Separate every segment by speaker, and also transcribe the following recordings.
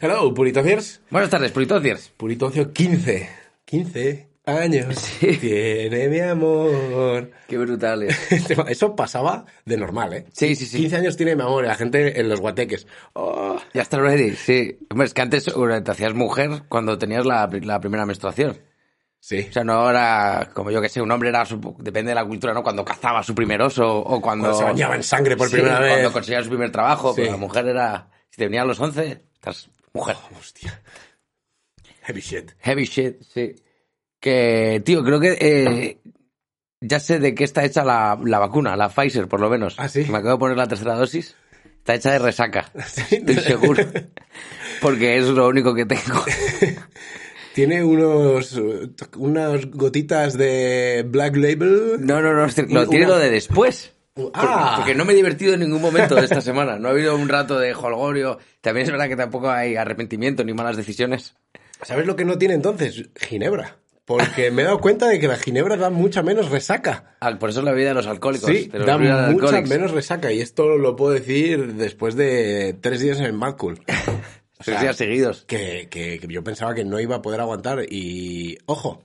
Speaker 1: Hello, Puritociers.
Speaker 2: Buenas tardes, Puritociers.
Speaker 1: Puritocio 15. 15 años. Tiene mi amor.
Speaker 2: Qué brutales.
Speaker 1: Este Eso pasaba de normal, ¿eh?
Speaker 2: Sí, sí, sí.
Speaker 1: 15 años tiene mi amor, la gente en los guateques. Oh,
Speaker 2: Ya está ready, sí. Hombre, es que antes bueno, te hacías mujer cuando tenías la, pri- la primera menstruación.
Speaker 1: sí.
Speaker 2: O sea, no era, como yo que sé, un hombre era, su- depende de la cultura, ¿no? Cuando cazaba su primer oso o cuando...
Speaker 1: Cuando se bañaba en sangre por
Speaker 2: Sí,
Speaker 1: primera vez.
Speaker 2: Cuando conseguía su primer trabajo,
Speaker 1: Sí.
Speaker 2: pero la mujer era... Si te venían los 11, estás mujer.
Speaker 1: Hostia. Heavy shit.
Speaker 2: Heavy shit, sí. Que, tío, creo que eh, ya sé de qué está hecha la, la vacuna, la Pfizer, por lo menos.
Speaker 1: ¿Ah, sí?
Speaker 2: Me acabo de poner la tercera dosis. Está hecha de resaca.
Speaker 1: Sí.
Speaker 2: Estoy seguro. Porque es lo único que tengo.
Speaker 1: Tiene unos, eh, unas gotitas de Black Label.
Speaker 2: No, no, no. Lo
Speaker 1: Una-
Speaker 2: tiene lo de después. Por-
Speaker 1: Ah.
Speaker 2: Porque no me he divertido en ningún momento de esta semana. No ha habido un rato de jolgorio. También es verdad que tampoco hay arrepentimiento ni malas decisiones.
Speaker 1: ¿Sabes lo que no tiene entonces? Ginebra. Porque me he dado cuenta de que la ginebra da mucha menos resaca.
Speaker 2: Ah, Por eso es la vida de los alcohólicos.
Speaker 1: Sí,
Speaker 2: de los
Speaker 1: da
Speaker 2: Real
Speaker 1: mucha
Speaker 2: Alcoholics.
Speaker 1: menos resaca. Y esto lo puedo decir después de tres días en el Mad Cool.
Speaker 2: Tres días seguidos.
Speaker 1: Que, que- que yo pensaba que no iba a poder aguantar. Y ojo,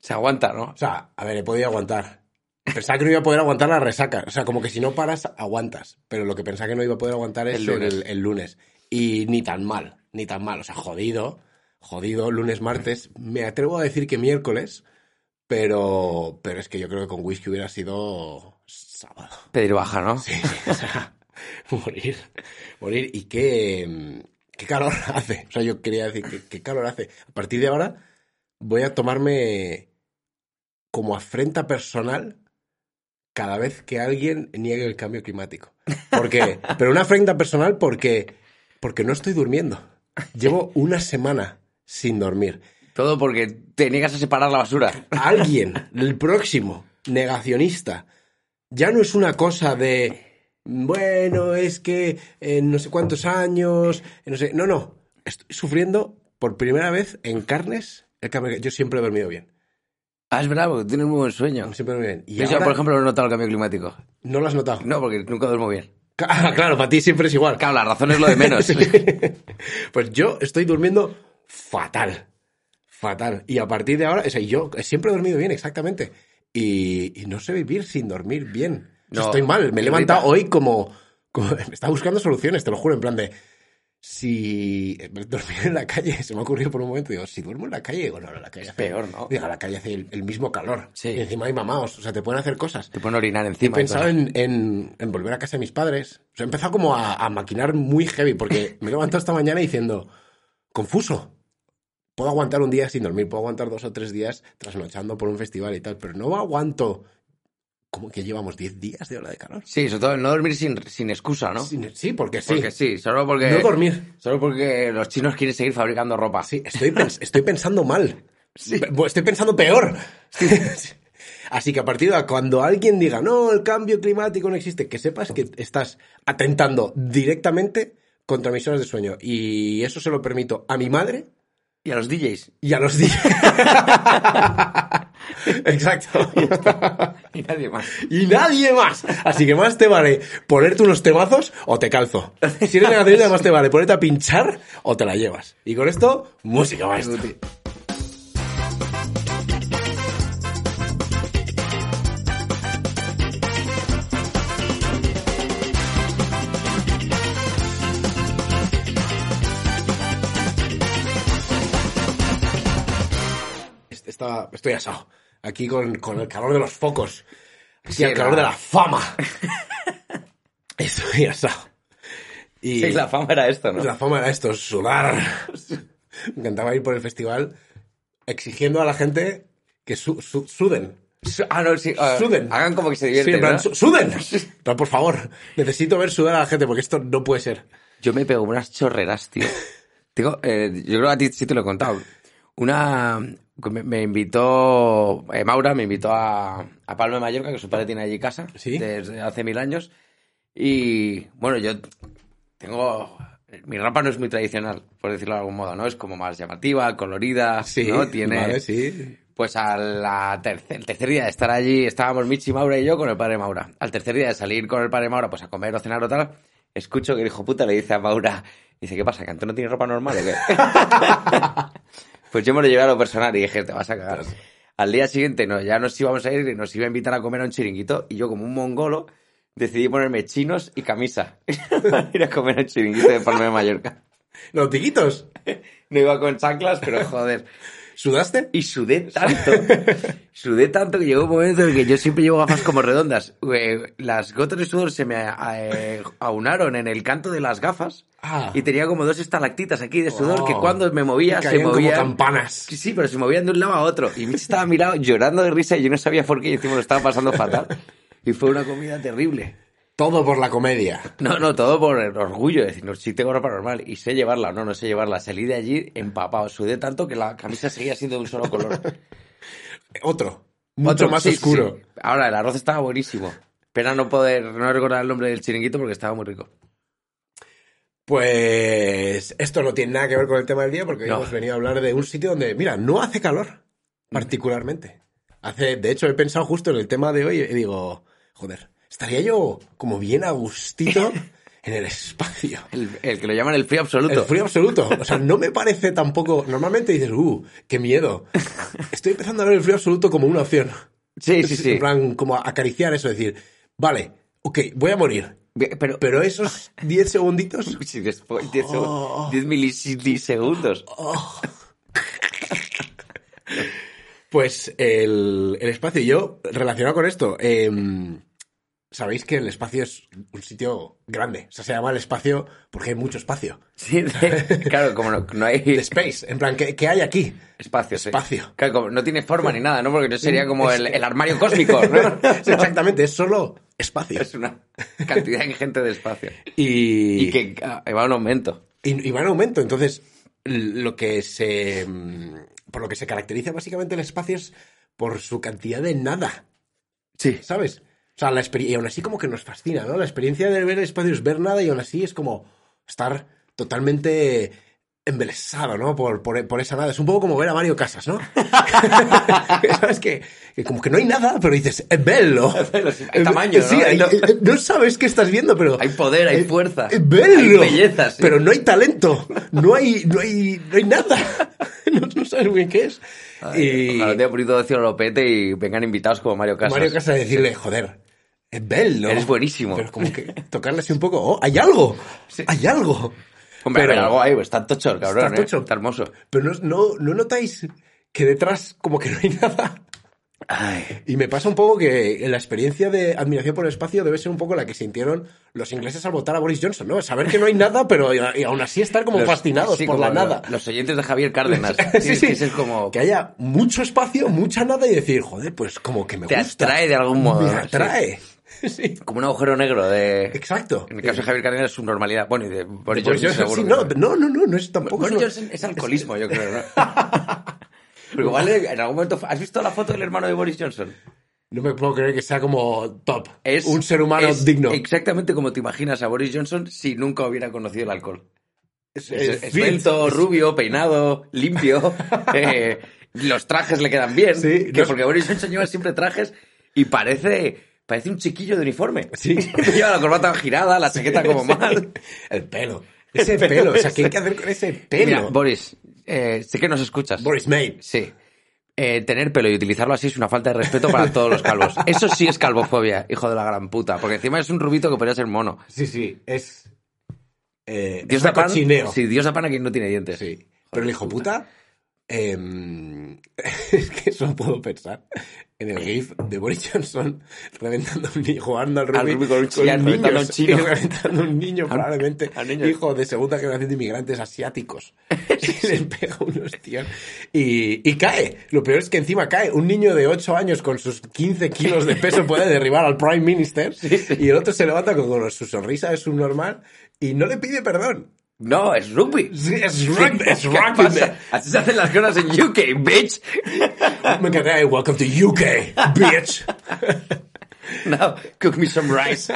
Speaker 2: Se aguanta, ¿no?
Speaker 1: o sea, a ver, he podido aguantar. Pensaba que no iba a poder aguantar la resaca. O sea, como que si no paras, aguantas. Pero lo que pensaba que no iba a poder aguantar es
Speaker 2: El
Speaker 1: el
Speaker 2: lunes.
Speaker 1: lunes. El, el lunes. Y ni tan mal, ni tan mal. O sea, jodido, jodido, lunes, martes. Me atrevo a decir que miércoles, pero, pero es que yo creo que con whisky hubiera sido sábado.
Speaker 2: Pedir baja, ¿no?
Speaker 1: Sí, o sea, morir. Morir. ¿Y qué, mm, qué calor hace? O sea, yo quería decir, que qué calor hace? A partir de ahora voy a tomarme como afrenta personal cada vez que alguien niegue el cambio climático. Porque, pero una afrenta personal porque, porque no estoy durmiendo. Llevo una semana sin dormir.
Speaker 2: Todo porque te niegas a separar la basura.
Speaker 1: alguien, el próximo negacionista, ya no es una cosa de, bueno, es que en no sé cuántos años, en no sé, no, no, estoy sufriendo por primera vez en carnes el cambio. Yo siempre he dormido bien,
Speaker 2: Ah, es bravo, tienes muy buen sueño.
Speaker 1: siempre he dormido bien. Y
Speaker 2: Yo,
Speaker 1: ahora
Speaker 2: por ejemplo, no he notado el cambio climático.
Speaker 1: no lo has notado.
Speaker 2: No, porque nunca duermo bien.
Speaker 1: Ah, claro, para ti siempre es igual.
Speaker 2: Claro, la razón es lo de menos.
Speaker 1: Pues yo estoy durmiendo fatal. Fatal. Y a partir de ahora, o sea, yo siempre he dormido bien, exactamente. Y, y no sé vivir sin dormir bien. O sea,
Speaker 2: No,
Speaker 1: estoy mal. Me he
Speaker 2: Rita.
Speaker 1: levantado hoy como, como- Me estaba buscando soluciones, te lo juro, en plan de. Si dormir en la calle, se me ha ocurrido por un momento, digo, si duermo en la calle, digo, no, no, la calle hace-
Speaker 2: peor, ¿no?
Speaker 1: Digo, la calle hace el, el mismo calor.
Speaker 2: Sí.
Speaker 1: Y encima hay mamados, o sea, te pueden hacer cosas.
Speaker 2: Te ponen a orinar
Speaker 1: He
Speaker 2: encima. y
Speaker 1: pensado
Speaker 2: cosas.
Speaker 1: en, en- en volver a casa de mis padres. O sea, he empezado como a, a maquinar muy heavy porque me he levantado esta mañana diciendo, confuso. Puedo aguantar un día sin dormir, puedo aguantar dos o tres días trasnochando por un festival y tal, pero no aguanto. ¿Cómo que llevamos 10 días de ola de calor?
Speaker 2: Sí, sobre todo en no dormir sin, sin excusa, ¿no?
Speaker 1: Sí, sí, porque sí.
Speaker 2: Porque sí, solo porque...
Speaker 1: No dormir.
Speaker 2: Solo porque los chinos quieren seguir fabricando ropa.
Speaker 1: Sí, estoy, pens- estoy pensando mal. Pe- Estoy pensando peor. Así que a partir de ahora, cuando alguien diga, no, el cambio climático no existe, que sepas que estás atentando directamente contra mis horas de sueño. Y eso se lo permito a mi madre
Speaker 2: Y a los DJs.
Speaker 1: y a los días. Exacto.
Speaker 2: Y nadie más.
Speaker 1: Y nadie más. Así que más te vale ponerte unos temazos o te calzo. Si eres negativista, más te vale ponerte a pinchar o te la llevas. Y con esto, música maestro. Estaba- estoy asado. Aquí con, con el calor de los focos. Aquí
Speaker 2: Sí,
Speaker 1: el calor
Speaker 2: la-
Speaker 1: de la fama. estoy asado. Y
Speaker 2: Sí, la fama era esto, ¿no?
Speaker 1: la fama era esto, sudar. Me encantaba ir por el festival exigiendo a la gente que su- su- suden.
Speaker 2: Su- Ah, no, sí. ah,
Speaker 1: Suden.
Speaker 2: Hagan como que
Speaker 1: Sí,
Speaker 2: se divierten,
Speaker 1: en plan,
Speaker 2: ¿no?
Speaker 1: "Su- ¡Suden! Pero, por favor, necesito ver sudar a la gente porque esto no puede ser.
Speaker 2: Yo me pego unas chorreras, tío. Tengo, eh, yo creo que a ti sí te lo he contado. Una. Me, me invitó. eh, Maura me invitó a, a Palma de Mallorca, que su padre tiene allí casa.
Speaker 1: Sí.
Speaker 2: Desde hace mil años. Y. Bueno, yo tengo. Mi ropa no es muy tradicional, por decirlo de algún modo, ¿no? Es como más llamativa, colorida, ¿no? Tiene.
Speaker 1: Vale, sí.
Speaker 2: Pues al la tercer, el tercer día de estar allí, estábamos Michi, Maura y yo con el padre Maura. Al tercer día de salir con el padre Maura, pues a comer o cenar o tal, escucho que el hijo puta le dice a Maura, Y dice, ¿qué pasa? ¿Que Antón no tiene ropa normal o qué? pues yo me lo llevé a lo personal y dije, te vas a cagar. Al día siguiente no, ya nos íbamos a ir y nos iba a invitar a comer a un chiringuito y yo como un mongolo decidí ponerme chinos y camisa para ir a comer a un chiringuito de Palma de Mallorca.
Speaker 1: Los tiquitos.
Speaker 2: No iba con chanclas, pero joder.
Speaker 1: ¿Sudaste?
Speaker 2: Y sudé tanto, sudé tanto que llegó un momento en el que yo siempre llevo gafas como redondas. Eh, Las gotas de sudor se me eh, aunaron en el canto de las gafas
Speaker 1: Ah.
Speaker 2: y tenía como dos estalactitas aquí de sudor
Speaker 1: Oh.
Speaker 2: que cuando me movía se
Speaker 1: Caían como
Speaker 2: movían.
Speaker 1: campanas.
Speaker 2: Sí, sí, pero se movían de un lado a otro. Y Mitch estaba a mi lado llorando de risa y yo no sabía por qué y encima lo estaba pasando fatal. Y fue una comida terrible.
Speaker 1: Todo por la comedia.
Speaker 2: No, no, todo por el orgullo, es decir, no, sí tengo ropa normal y sé llevarla, no, no sé llevarla. Salí de allí empapado, sudé tanto que la camisa seguía siendo de un solo color.
Speaker 1: Otro. Mucho
Speaker 2: Otro,
Speaker 1: más
Speaker 2: sí,
Speaker 1: oscuro.
Speaker 2: sí. Ahora, el arroz estaba buenísimo. Pena no poder, no recordar el nombre del chiringuito porque estaba muy rico.
Speaker 1: Pues esto no tiene nada que ver con el tema del día porque hoy
Speaker 2: No. Mm.
Speaker 1: hemos venido a hablar de un sitio donde, mira, no hace calor particularmente. Hace, de hecho, he pensado justo en el tema de hoy y digo, joder, estaría yo como bien a gustito en el espacio.
Speaker 2: El, el que lo llaman el frío absoluto.
Speaker 1: El frío absoluto. O sea, no me parece tampoco. Normalmente dices, uh, qué miedo. Estoy empezando a ver el frío absoluto como una opción.
Speaker 2: Sí, sí, sí.
Speaker 1: En plan, como acariciar eso, decir, vale, ok, voy a morir.
Speaker 2: Pero,
Speaker 1: Pero esos 10 segunditos.
Speaker 2: sí, después, 10
Speaker 1: Oh.
Speaker 2: segundos, 10 milisegundos.
Speaker 1: Pues el, el espacio, yo, relacionado con esto, em, sabéis que el espacio es un sitio grande. O sea, se llama el espacio porque hay mucho espacio.
Speaker 2: Sí, de- claro, como no, no hay
Speaker 1: El space, en plan, ¿qué, qué hay aquí?
Speaker 2: espacio. sí.
Speaker 1: espacio. Mm,
Speaker 2: Claro, como no tiene forma ni nada, ¿no? Porque no sería como el, el armario cósmico, ¿no?
Speaker 1: Es Exactamente, es solo espacio.
Speaker 2: Es una cantidad ingente de espacio.
Speaker 1: Y,
Speaker 2: Y que ah, va a un aumento.
Speaker 1: Y, y va en aumento. Entonces, l- lo que se. mm, Por lo que se caracteriza básicamente el espacio es por su cantidad de nada,
Speaker 2: Sí.
Speaker 1: ¿sabes? O sea, la experiencia. Y aún así, como que nos fascina, ¿no? La experiencia de ver el espacio es ver nada y aún así es como estar totalmente embelesado, ¿no? Por, por, por esa nada. Es un poco como ver a Mario Casas, ¿no? ¿Sabes que, que Como que no hay nada, pero dices, es bello.
Speaker 2: bello, sí, hay tamaño, ¿no?
Speaker 1: Sí, hay- eh,
Speaker 2: No-
Speaker 1: no sabes qué estás viendo, pero...
Speaker 2: Hay poder, hay fuerza.
Speaker 1: Es verlo.
Speaker 2: Hay belleza, sí.
Speaker 1: Pero no hay talento. No hay, no hay, no hay nada. No, no sabes bien qué es.
Speaker 2: Y...
Speaker 1: y
Speaker 2: Ojalá te bonito decirlo Lopete y vengan invitados como Mario Casas.
Speaker 1: Mario Casas decirle, joder, es verlo.
Speaker 2: Eres buenísimo.
Speaker 1: Pero como que tocarle así un poco, oh, hay algo.
Speaker 2: Sí.
Speaker 1: Hay algo.
Speaker 2: Hombre,
Speaker 1: pero,
Speaker 2: pero... algo ahí, está tocho el cabrón,
Speaker 1: Está
Speaker 2: ¿eh?
Speaker 1: tocho.
Speaker 2: Está hermoso.
Speaker 1: pero no, no, no notáis que detrás como que no hay nada.
Speaker 2: Ay.
Speaker 1: Y me pasa un poco que la experiencia de admiración por el espacio debe ser un poco la que sintieron los ingleses al votar a Boris Johnson, ¿no? Saber que no hay nada, pero y- y aún así estar como
Speaker 2: Los-
Speaker 1: fascinados
Speaker 2: sí,
Speaker 1: por
Speaker 2: como
Speaker 1: la nada.
Speaker 2: Los oyentes de Javier Cárdenas.
Speaker 1: Sí,
Speaker 2: sí,
Speaker 1: sí.
Speaker 2: Es como...
Speaker 1: que haya mucho espacio, mucha nada y decir, joder, pues como que me
Speaker 2: Te
Speaker 1: gusta.
Speaker 2: atrae de algún modo.
Speaker 1: Me
Speaker 2: ¿no?
Speaker 1: atrae. Sí,
Speaker 2: Como un agujero negro de...
Speaker 1: exacto.
Speaker 2: En el caso de Javier Cárdenas es subnormalidad. Bueno, y de Boris
Speaker 1: Boris Johnson,
Speaker 2: Johnson Pues seguro
Speaker 1: Pues sí,
Speaker 2: que
Speaker 1: no,
Speaker 2: también.
Speaker 1: no, no, no, no es tampoco.
Speaker 2: Boris
Speaker 1: es una-
Speaker 2: Johnson es alcoholismo, yo creo, ¿no? Pero igual eh, en algún momento... ¿Has visto la foto del hermano de Boris Johnson?
Speaker 1: No me puedo creer que sea como top.
Speaker 2: Es
Speaker 1: un ser humano
Speaker 2: es
Speaker 1: digno.
Speaker 2: Exactamente como te imaginas a Boris Johnson si nunca hubiera conocido el alcohol.
Speaker 1: Es- es
Speaker 2: Es-
Speaker 1: fit.
Speaker 2: Esbelto, rubio, peinado, limpio. eh, los trajes le quedan bien.
Speaker 1: Sí,
Speaker 2: que
Speaker 1: no-
Speaker 2: Porque Boris Johnson lleva siempre trajes y parece, parece un chiquillo de uniforme.
Speaker 1: Sí.
Speaker 2: lleva la corbata girada, la chaqueta como mal.
Speaker 1: El pelo. Ese pelo. O sea, ¿qué hay que hacer con ese pelo?
Speaker 2: Mira, Boris, eh, sé que nos escuchas.
Speaker 1: Boris May.
Speaker 2: Sí. Eh, tener pelo y utilizarlo así es una falta de respeto para todos los calvos. Eso sí es calvofobia, hijo de la gran puta. Porque encima es un rubito que podría ser mono.
Speaker 1: Sí, sí. Es. eh,
Speaker 2: Dios
Speaker 1: es un
Speaker 2: da pan.
Speaker 1: cochineo.
Speaker 2: Sí, Dios da pan a quien no tiene dientes.
Speaker 1: Sí. Pero el hijo puta. em, es que solo puedo pensar en el GIF de Boris Johnson reventando un niño, jugando al rugby,
Speaker 2: rugby con un chino, reventando a un chino.
Speaker 1: y reventando a un niño, probablemente
Speaker 2: a un niño.
Speaker 1: hijo de segunda generación de inmigrantes asiáticos. Y les pega unos tíos. Y, y cae. Lo peor es que encima cae. Un niño de 8 años con sus 15 kilos de peso puede derribar al Prime Minister. Y el otro se levanta con, con su sonrisa de subnormal y no le pide perdón.
Speaker 2: No, es rugby.
Speaker 1: Sí, es rugby, es
Speaker 2: ¿Qué
Speaker 1: rugby,
Speaker 2: pasa?
Speaker 1: man.
Speaker 2: Así se hacen las cosas en UK, bitch.
Speaker 1: Me encantaría el Welcome to UK, bitch.
Speaker 2: Now, cook me some rice.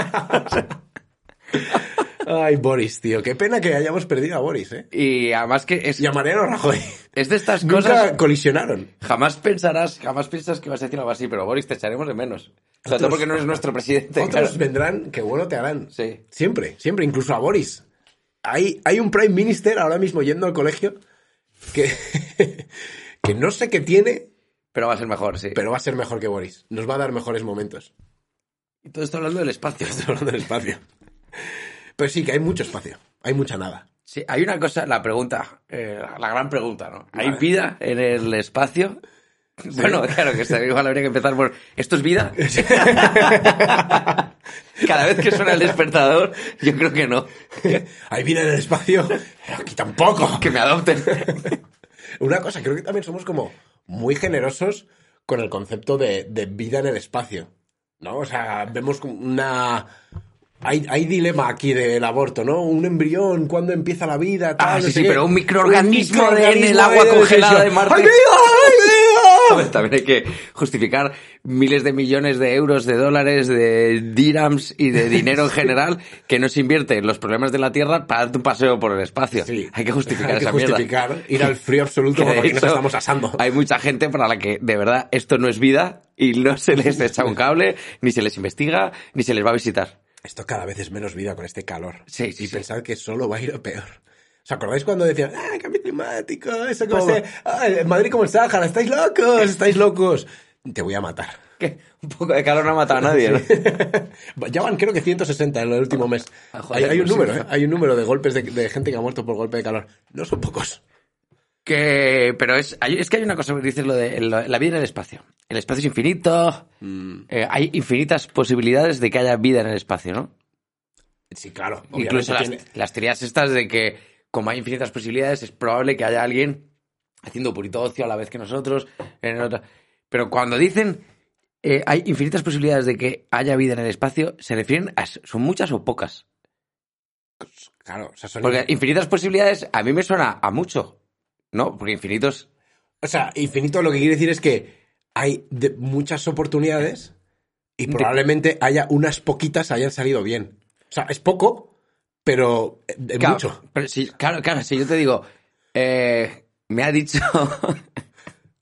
Speaker 1: Ay, Boris, tío. Qué pena que hayamos perdido a Boris, ¿eh?
Speaker 2: Y además que es,
Speaker 1: Y a Mariano Rajoy.
Speaker 2: es de estas cosas...
Speaker 1: Nunca colisionaron.
Speaker 2: Jamás pensarás, jamás piensas que vas a decir algo así, pero Boris, te echaremos de menos. Sobre todo
Speaker 1: Otros-
Speaker 2: porque no eres nuestro presidente.
Speaker 1: Otros
Speaker 2: claro.
Speaker 1: vendrán que bueno te harán.
Speaker 2: Sí.
Speaker 1: Siempre, siempre, incluso a Boris. Hay, hay un Prime Minister ahora mismo yendo al colegio que, que no sé qué tiene,
Speaker 2: Pero va a ser mejor, sí.
Speaker 1: pero va a ser mejor que Boris. Nos va a dar mejores momentos.
Speaker 2: Y todo esto hablando del espacio.
Speaker 1: Estoy hablando del espacio. Pero sí, que hay mucho espacio. Hay mucha nada.
Speaker 2: Sí, hay una cosa, la pregunta, eh, la gran pregunta, ¿no? ¿Hay
Speaker 1: Vale.
Speaker 2: vida en el espacio? Bueno, claro que sí, igual habría que empezar por... ¿Esto es vida? Cada vez que suena el despertador, yo creo que no.
Speaker 1: Hay vida en el espacio. Pero aquí tampoco.
Speaker 2: Que me adopten.
Speaker 1: Una cosa, creo que también somos como muy generosos con el concepto de, de vida en el espacio. ¿No? O sea, vemos como una. Hay, hay dilema aquí del aborto, ¿no? Un embrión, ¿cuándo empieza la vida? Tal,
Speaker 2: Ah,
Speaker 1: no sé
Speaker 2: sí, sí,
Speaker 1: qué.
Speaker 2: pero un microorganismo de- en el
Speaker 1: microorganismo
Speaker 2: agua
Speaker 1: de-
Speaker 2: congelada de Marte.
Speaker 1: ¡Ay, vida! ¡Ay, vida!
Speaker 2: También hay que justificar miles de millones de euros, de dólares, de dirhams y de dinero en general que no se invierte en los problemas de la Tierra para darte un paseo por el espacio.
Speaker 1: Sí.
Speaker 2: Hay que justificar
Speaker 1: Hay que
Speaker 2: esa mierda.
Speaker 1: justificar ir al frío absoluto
Speaker 2: Que de
Speaker 1: porque aquí nos
Speaker 2: hecho,
Speaker 1: estamos asando.
Speaker 2: Hay mucha gente para la que de verdad esto no es vida y no se les echa un cable, ni se les investiga, ni se les va a visitar.
Speaker 1: Esto cada vez es menos vida con este calor.
Speaker 2: Sí, sí,
Speaker 1: y
Speaker 2: sí.
Speaker 1: pensar que solo va a ir a peor. ¿Os acordáis cuando decían, ah, cambio climático, eso que va a
Speaker 2: Todo.
Speaker 1: ser, ah, Madrid como el Sáhara, estáis locos, estáis locos? Te voy a matar.
Speaker 2: Que un poco de calor no ha matado a nadie. ¿no?
Speaker 1: Ya van creo que 160 en el último mes.
Speaker 2: Ah, joder,
Speaker 1: hay, hay un
Speaker 2: pues sí.
Speaker 1: número, ¿eh? Hay un número de golpes de, de gente que ha muerto por golpe de calor. No son pocos.
Speaker 2: Que, pero es, hay- es que hay una cosa que dices lo de lo- la vida en el espacio. El espacio es infinito. eh, hay infinitas posibilidades de que haya vida en el espacio, ¿no?
Speaker 1: Sí, claro.
Speaker 2: Incluso
Speaker 1: obviamente
Speaker 2: las,
Speaker 1: tiene-
Speaker 2: las teorías estas de que como hay infinitas posibilidades es probable que haya alguien haciendo purito ocio a la vez que nosotros. en otra- Pero cuando dicen eh, hay infinitas posibilidades de que haya vida en el espacio, se refieren a... ¿Son muchas o pocas?
Speaker 1: Claro, o sea, son
Speaker 2: Porque infinitas posibilidades a mí me suena a mucho, ¿no? Porque infinitos...
Speaker 1: O sea, infinito lo que quiere decir es que hay de- muchas oportunidades y
Speaker 2: De-
Speaker 1: probablemente haya unas poquitas hayan salido bien. O sea, es poco, pero eh, de
Speaker 2: Claro,
Speaker 1: mucho.
Speaker 2: Pero si, claro, claro, si yo te digo, eh, me ha dicho,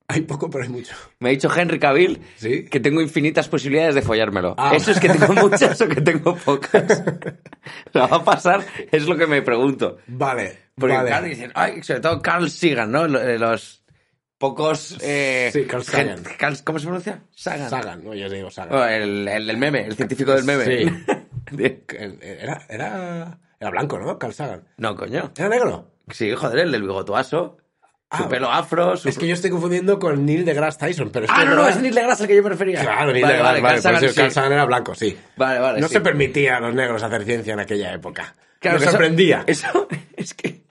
Speaker 1: Hay poco, pero hay mucho.
Speaker 2: me ha dicho Henry Cavill
Speaker 1: ¿Sí?
Speaker 2: que tengo infinitas posibilidades de follármelo.
Speaker 1: Ah.
Speaker 2: ¿Eso es que tengo muchas o que tengo pocas? ¿Lo va a pasar? Es lo que me pregunto.
Speaker 1: Vale,
Speaker 2: Porque
Speaker 1: vale.
Speaker 2: claro, dicen, ay, sobre todo Carl Sagan, ¿no? Lo- eh, Los pocos... eh,
Speaker 1: Sí, Carl Sagan.
Speaker 2: gen- Carl- ¿Cómo se pronuncia? Sagan.
Speaker 1: Sagan, no, yo digo
Speaker 2: Oh,
Speaker 1: Sagan.
Speaker 2: el, el del meme, el científico del meme.
Speaker 1: Sí. Era, era, era blanco, ¿no? Carl Sagan.
Speaker 2: No, coño.
Speaker 1: ¿Era negro?
Speaker 2: Sí, joder, el del bigotuaso.
Speaker 1: Ah,
Speaker 2: su pelo afro, su
Speaker 1: Es que yo estoy confundiendo con Neil deGrasse Tyson, pero es que
Speaker 2: Ah, no, no,
Speaker 1: verdad-
Speaker 2: es Neil deGrasse el que yo me refería.
Speaker 1: Claro, Neil deGrasse, vale,
Speaker 2: Carl Sagan,
Speaker 1: por eso
Speaker 2: pues sí.
Speaker 1: Carl Sagan era blanco, sí.
Speaker 2: Vale, vale,
Speaker 1: No
Speaker 2: sí.
Speaker 1: se permitía a los negros hacer ciencia en aquella época.
Speaker 2: Claro,
Speaker 1: Nos
Speaker 2: que eso-
Speaker 1: sorprendía.
Speaker 2: Eso, es que...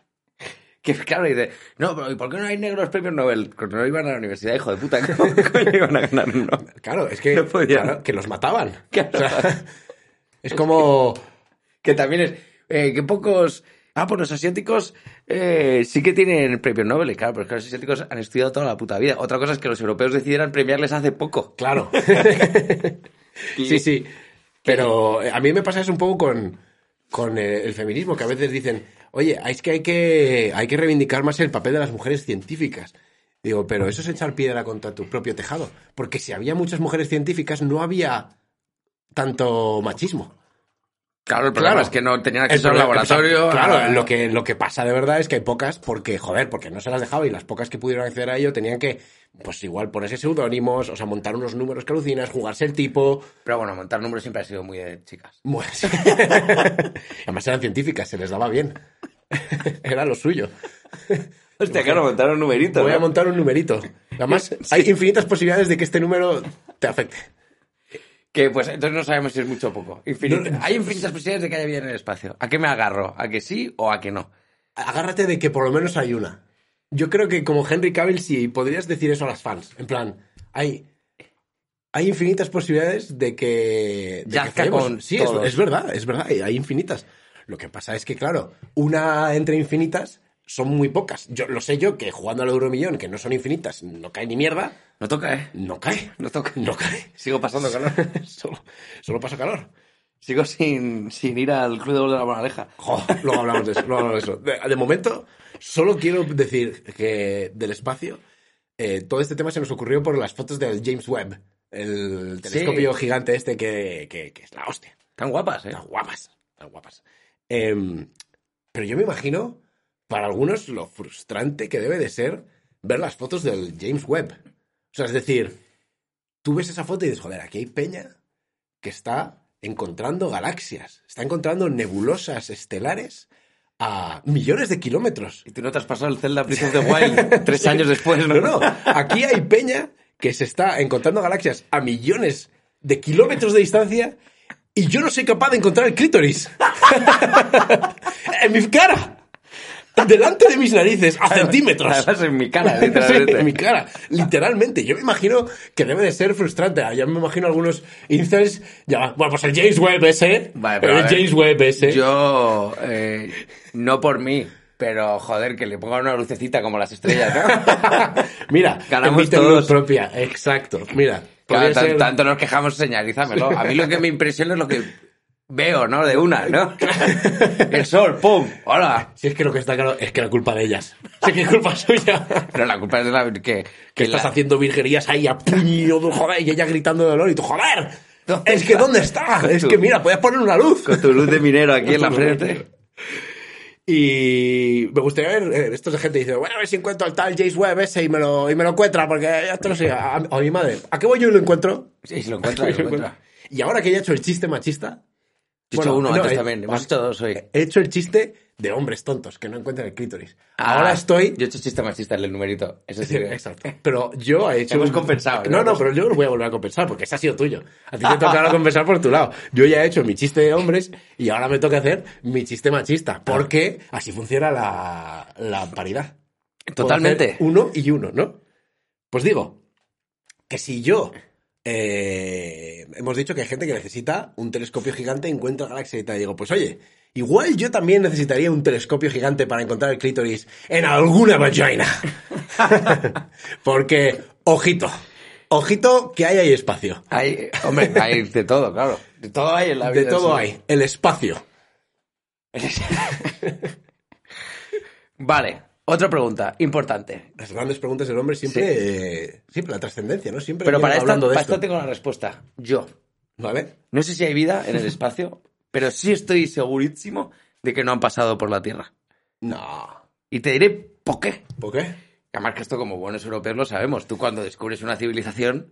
Speaker 2: Que claro, dice, no, pero ¿y por qué no hay negros premios Nobel? Cuando no iban a la universidad, hijo de puta, ¿cómo coño iban a ganar uno?
Speaker 1: Claro, es que,
Speaker 2: No podían.
Speaker 1: claro, que los mataban.
Speaker 2: Claro.
Speaker 1: O sea, es como...
Speaker 2: Que también es, eh, que pocos... Ah, pues los asiáticos eh, sí que tienen premios Nobel, y claro, pero es que los asiáticos han estudiado toda la puta vida. Otra cosa es que los europeos decidieran premiarles hace poco.
Speaker 1: Claro. sí, sí. Pero eh, a mí me pasa eso un poco con, con eh, el, el feminismo, que a veces dicen, oye, ah, es que hay, que hay que reivindicar más el papel de las mujeres científicas. Digo, pero eso es echar piedra contra tu propio tejado. Porque si había muchas mujeres científicas, no había tanto machismo.
Speaker 2: Claro, el problema
Speaker 1: Claro.
Speaker 2: es que no tenían acceso al
Speaker 1: problema-
Speaker 2: laboratorio. a-
Speaker 1: Claro, lo que, lo que pasa de verdad es que hay pocas porque, joder, porque no se las dejaba y las pocas que pudieron acceder a ello tenían que, pues igual ponerse seudónimos, o sea, montar unos números que alucinas, jugarse el tipo.
Speaker 2: Pero bueno, montar números siempre ha sido muy de chicas.
Speaker 1: Pues- Además eran científicas, se les daba bien. Era lo suyo.
Speaker 2: Hostia, claro, montaron numeritos.
Speaker 1: Voy a
Speaker 2: ¿no?
Speaker 1: montar un numerito. Además, hay infinitas posibilidades de que este número te afecte.
Speaker 2: Que pues entonces no sabemos si es mucho o poco. Infinita-
Speaker 1: No, no.
Speaker 2: Hay infinitas posibilidades de que haya vida en el espacio. ¿A qué me agarro? ¿A que sí o a que no?
Speaker 1: Agárrate de que por lo menos hay una. Yo creo que como Henry Cavill sí podrías decir eso a las fans. En plan, hay, hay infinitas posibilidades de que... de que
Speaker 2: Yazca
Speaker 1: fallemos.
Speaker 2: con
Speaker 1: sí, es,
Speaker 2: todos.
Speaker 1: es verdad, es verdad, hay, hay infinitas. Lo que pasa es que, claro, una entre infinitas son muy pocas. Yo Lo sé yo que jugando al Euromillón, que no son infinitas, no cae ni mierda,
Speaker 2: No toca, ¿eh?
Speaker 1: no cae.
Speaker 2: No toca.
Speaker 1: No cae.
Speaker 2: Sigo pasando calor.
Speaker 1: Solo, solo pasa calor.
Speaker 2: Sigo sin, sin ir al Club de Gol de la Moraleja.
Speaker 1: Jo, luego hablamos de eso. luego hablamos de, eso. De, de momento, solo quiero decir que del espacio, eh, todo este tema se nos ocurrió por las fotos del James Webb, el telescopio gigante este que, que- que es la hostia.
Speaker 2: Están guapas, ¿eh?
Speaker 1: Tan guapas, tan guapas. Em, Pero yo me imagino, para algunos, lo frustrante que debe de ser ver las fotos del James Webb. O sea, es decir, tú ves esa foto y dices, joder, aquí hay peña que está encontrando galaxias, está encontrando nebulosas estelares a millones de kilómetros.
Speaker 2: Y tú no te has pasado el Zelda Breath of the Wild tres años después, ¿no?
Speaker 1: No, no, aquí hay peña que se está encontrando galaxias a millones de kilómetros de distancia y yo no soy capaz de encontrar el clítoris. en mi cara. Delante de mis narices, a centímetros.
Speaker 2: Además, en mi cara,
Speaker 1: Sí,
Speaker 2: literalmente.
Speaker 1: en mi cara, literalmente. Yo me imagino que debe de ser frustrante. Ah, Ya me imagino algunos incels. Ya, bueno, pues el James Webb ese.
Speaker 2: Vale, pero a
Speaker 1: el
Speaker 2: ver,
Speaker 1: James Webb ese.
Speaker 2: Yo, eh, no por mí, pero joder, que le pongan una lucecita como las estrellas, ¿no?
Speaker 1: Mira,
Speaker 2: Ganamos
Speaker 1: emiten luz
Speaker 2: todos.
Speaker 1: propia. Exacto. Mira.
Speaker 2: Claro,
Speaker 1: podría
Speaker 2: tan-
Speaker 1: ser-
Speaker 2: Tanto nos quejamos, señalízamelo. A mí lo que me impresiona es lo que veo, ¿no? De una, ¿no? El sol, ¡pum! ¡Hola!
Speaker 1: Si es que lo que está claro es que la culpa de ellas. Si es que es culpa suya.
Speaker 2: Pero la culpa es de la... Que, que
Speaker 1: Que estás
Speaker 2: la-
Speaker 1: haciendo virgerías ahí a puño, joder, y ella gritando de dolor y tú, joder. Es que ¿dónde está? Es que mira, podías poner una luz.
Speaker 2: Con tu luz de minero aquí en la frente.
Speaker 1: Y me gustaría ver, eh, esto es de gente que dice, bueno, a ver si encuentro al tal James Webb ese y me lo, y me lo encuentra, porque esto no sé, a, a mi madre, ¿a qué voy yo y lo encuentro?
Speaker 2: Sí, se lo encuentra, se lo encuentra.
Speaker 1: Y ahora que ya he hecho el chiste machista,
Speaker 2: Yo he hecho
Speaker 1: Bueno,
Speaker 2: uno
Speaker 1: no,
Speaker 2: antes
Speaker 1: eh,
Speaker 2: también. Hemos hecho dos hoy.
Speaker 1: he hecho el chiste de hombres tontos que no encuentran el clítoris.
Speaker 2: Ah,
Speaker 1: ahora estoy...
Speaker 2: Yo he hecho chiste machista en el numerito. Eso sí. eh, que-
Speaker 1: Exacto. Pero yo he hecho...
Speaker 2: Hemos
Speaker 1: un-
Speaker 2: compensado,
Speaker 1: No,
Speaker 2: ¿no?
Speaker 1: no, pero yo lo voy a volver a compensar porque ese ha sido tuyo. A ti te toca ahora compensar por tu lado. Yo ya he hecho mi chiste de hombres y ahora me toca hacer mi chiste machista. Porque así funciona la, la paridad. Puedo
Speaker 2: Totalmente.
Speaker 1: hacer Uno y uno, ¿no? Pues digo, que si yo... eh, hemos dicho que hay gente que necesita un telescopio gigante, encuentra galaxia y tal. Y digo, pues oye, igual yo también necesitaría un telescopio gigante para encontrar el clítoris en alguna vagina. Porque, ojito, ojito que ahí hay espacio.
Speaker 2: Hay, hombre, hay de todo, claro. De todo hay en la vida.
Speaker 1: De todo
Speaker 2: sí.
Speaker 1: hay, el espacio.
Speaker 2: Vale, otra pregunta importante.
Speaker 1: Las grandes preguntas del hombre siempre, eh, siempre la trascendencia, ¿no? Siempre
Speaker 2: Pero para
Speaker 1: lleva
Speaker 2: esta,
Speaker 1: hablando de
Speaker 2: para
Speaker 1: esto,
Speaker 2: esta tengo la respuesta. Yo.
Speaker 1: ¿vale?
Speaker 2: No sé si hay vida en el espacio, pero sí estoy segurísimo de que no han pasado por la Tierra.
Speaker 1: No.
Speaker 2: Y te diré por qué.
Speaker 1: ¿Por qué?
Speaker 2: Además que esto como buenos europeos lo sabemos. Tú cuando descubres una civilización,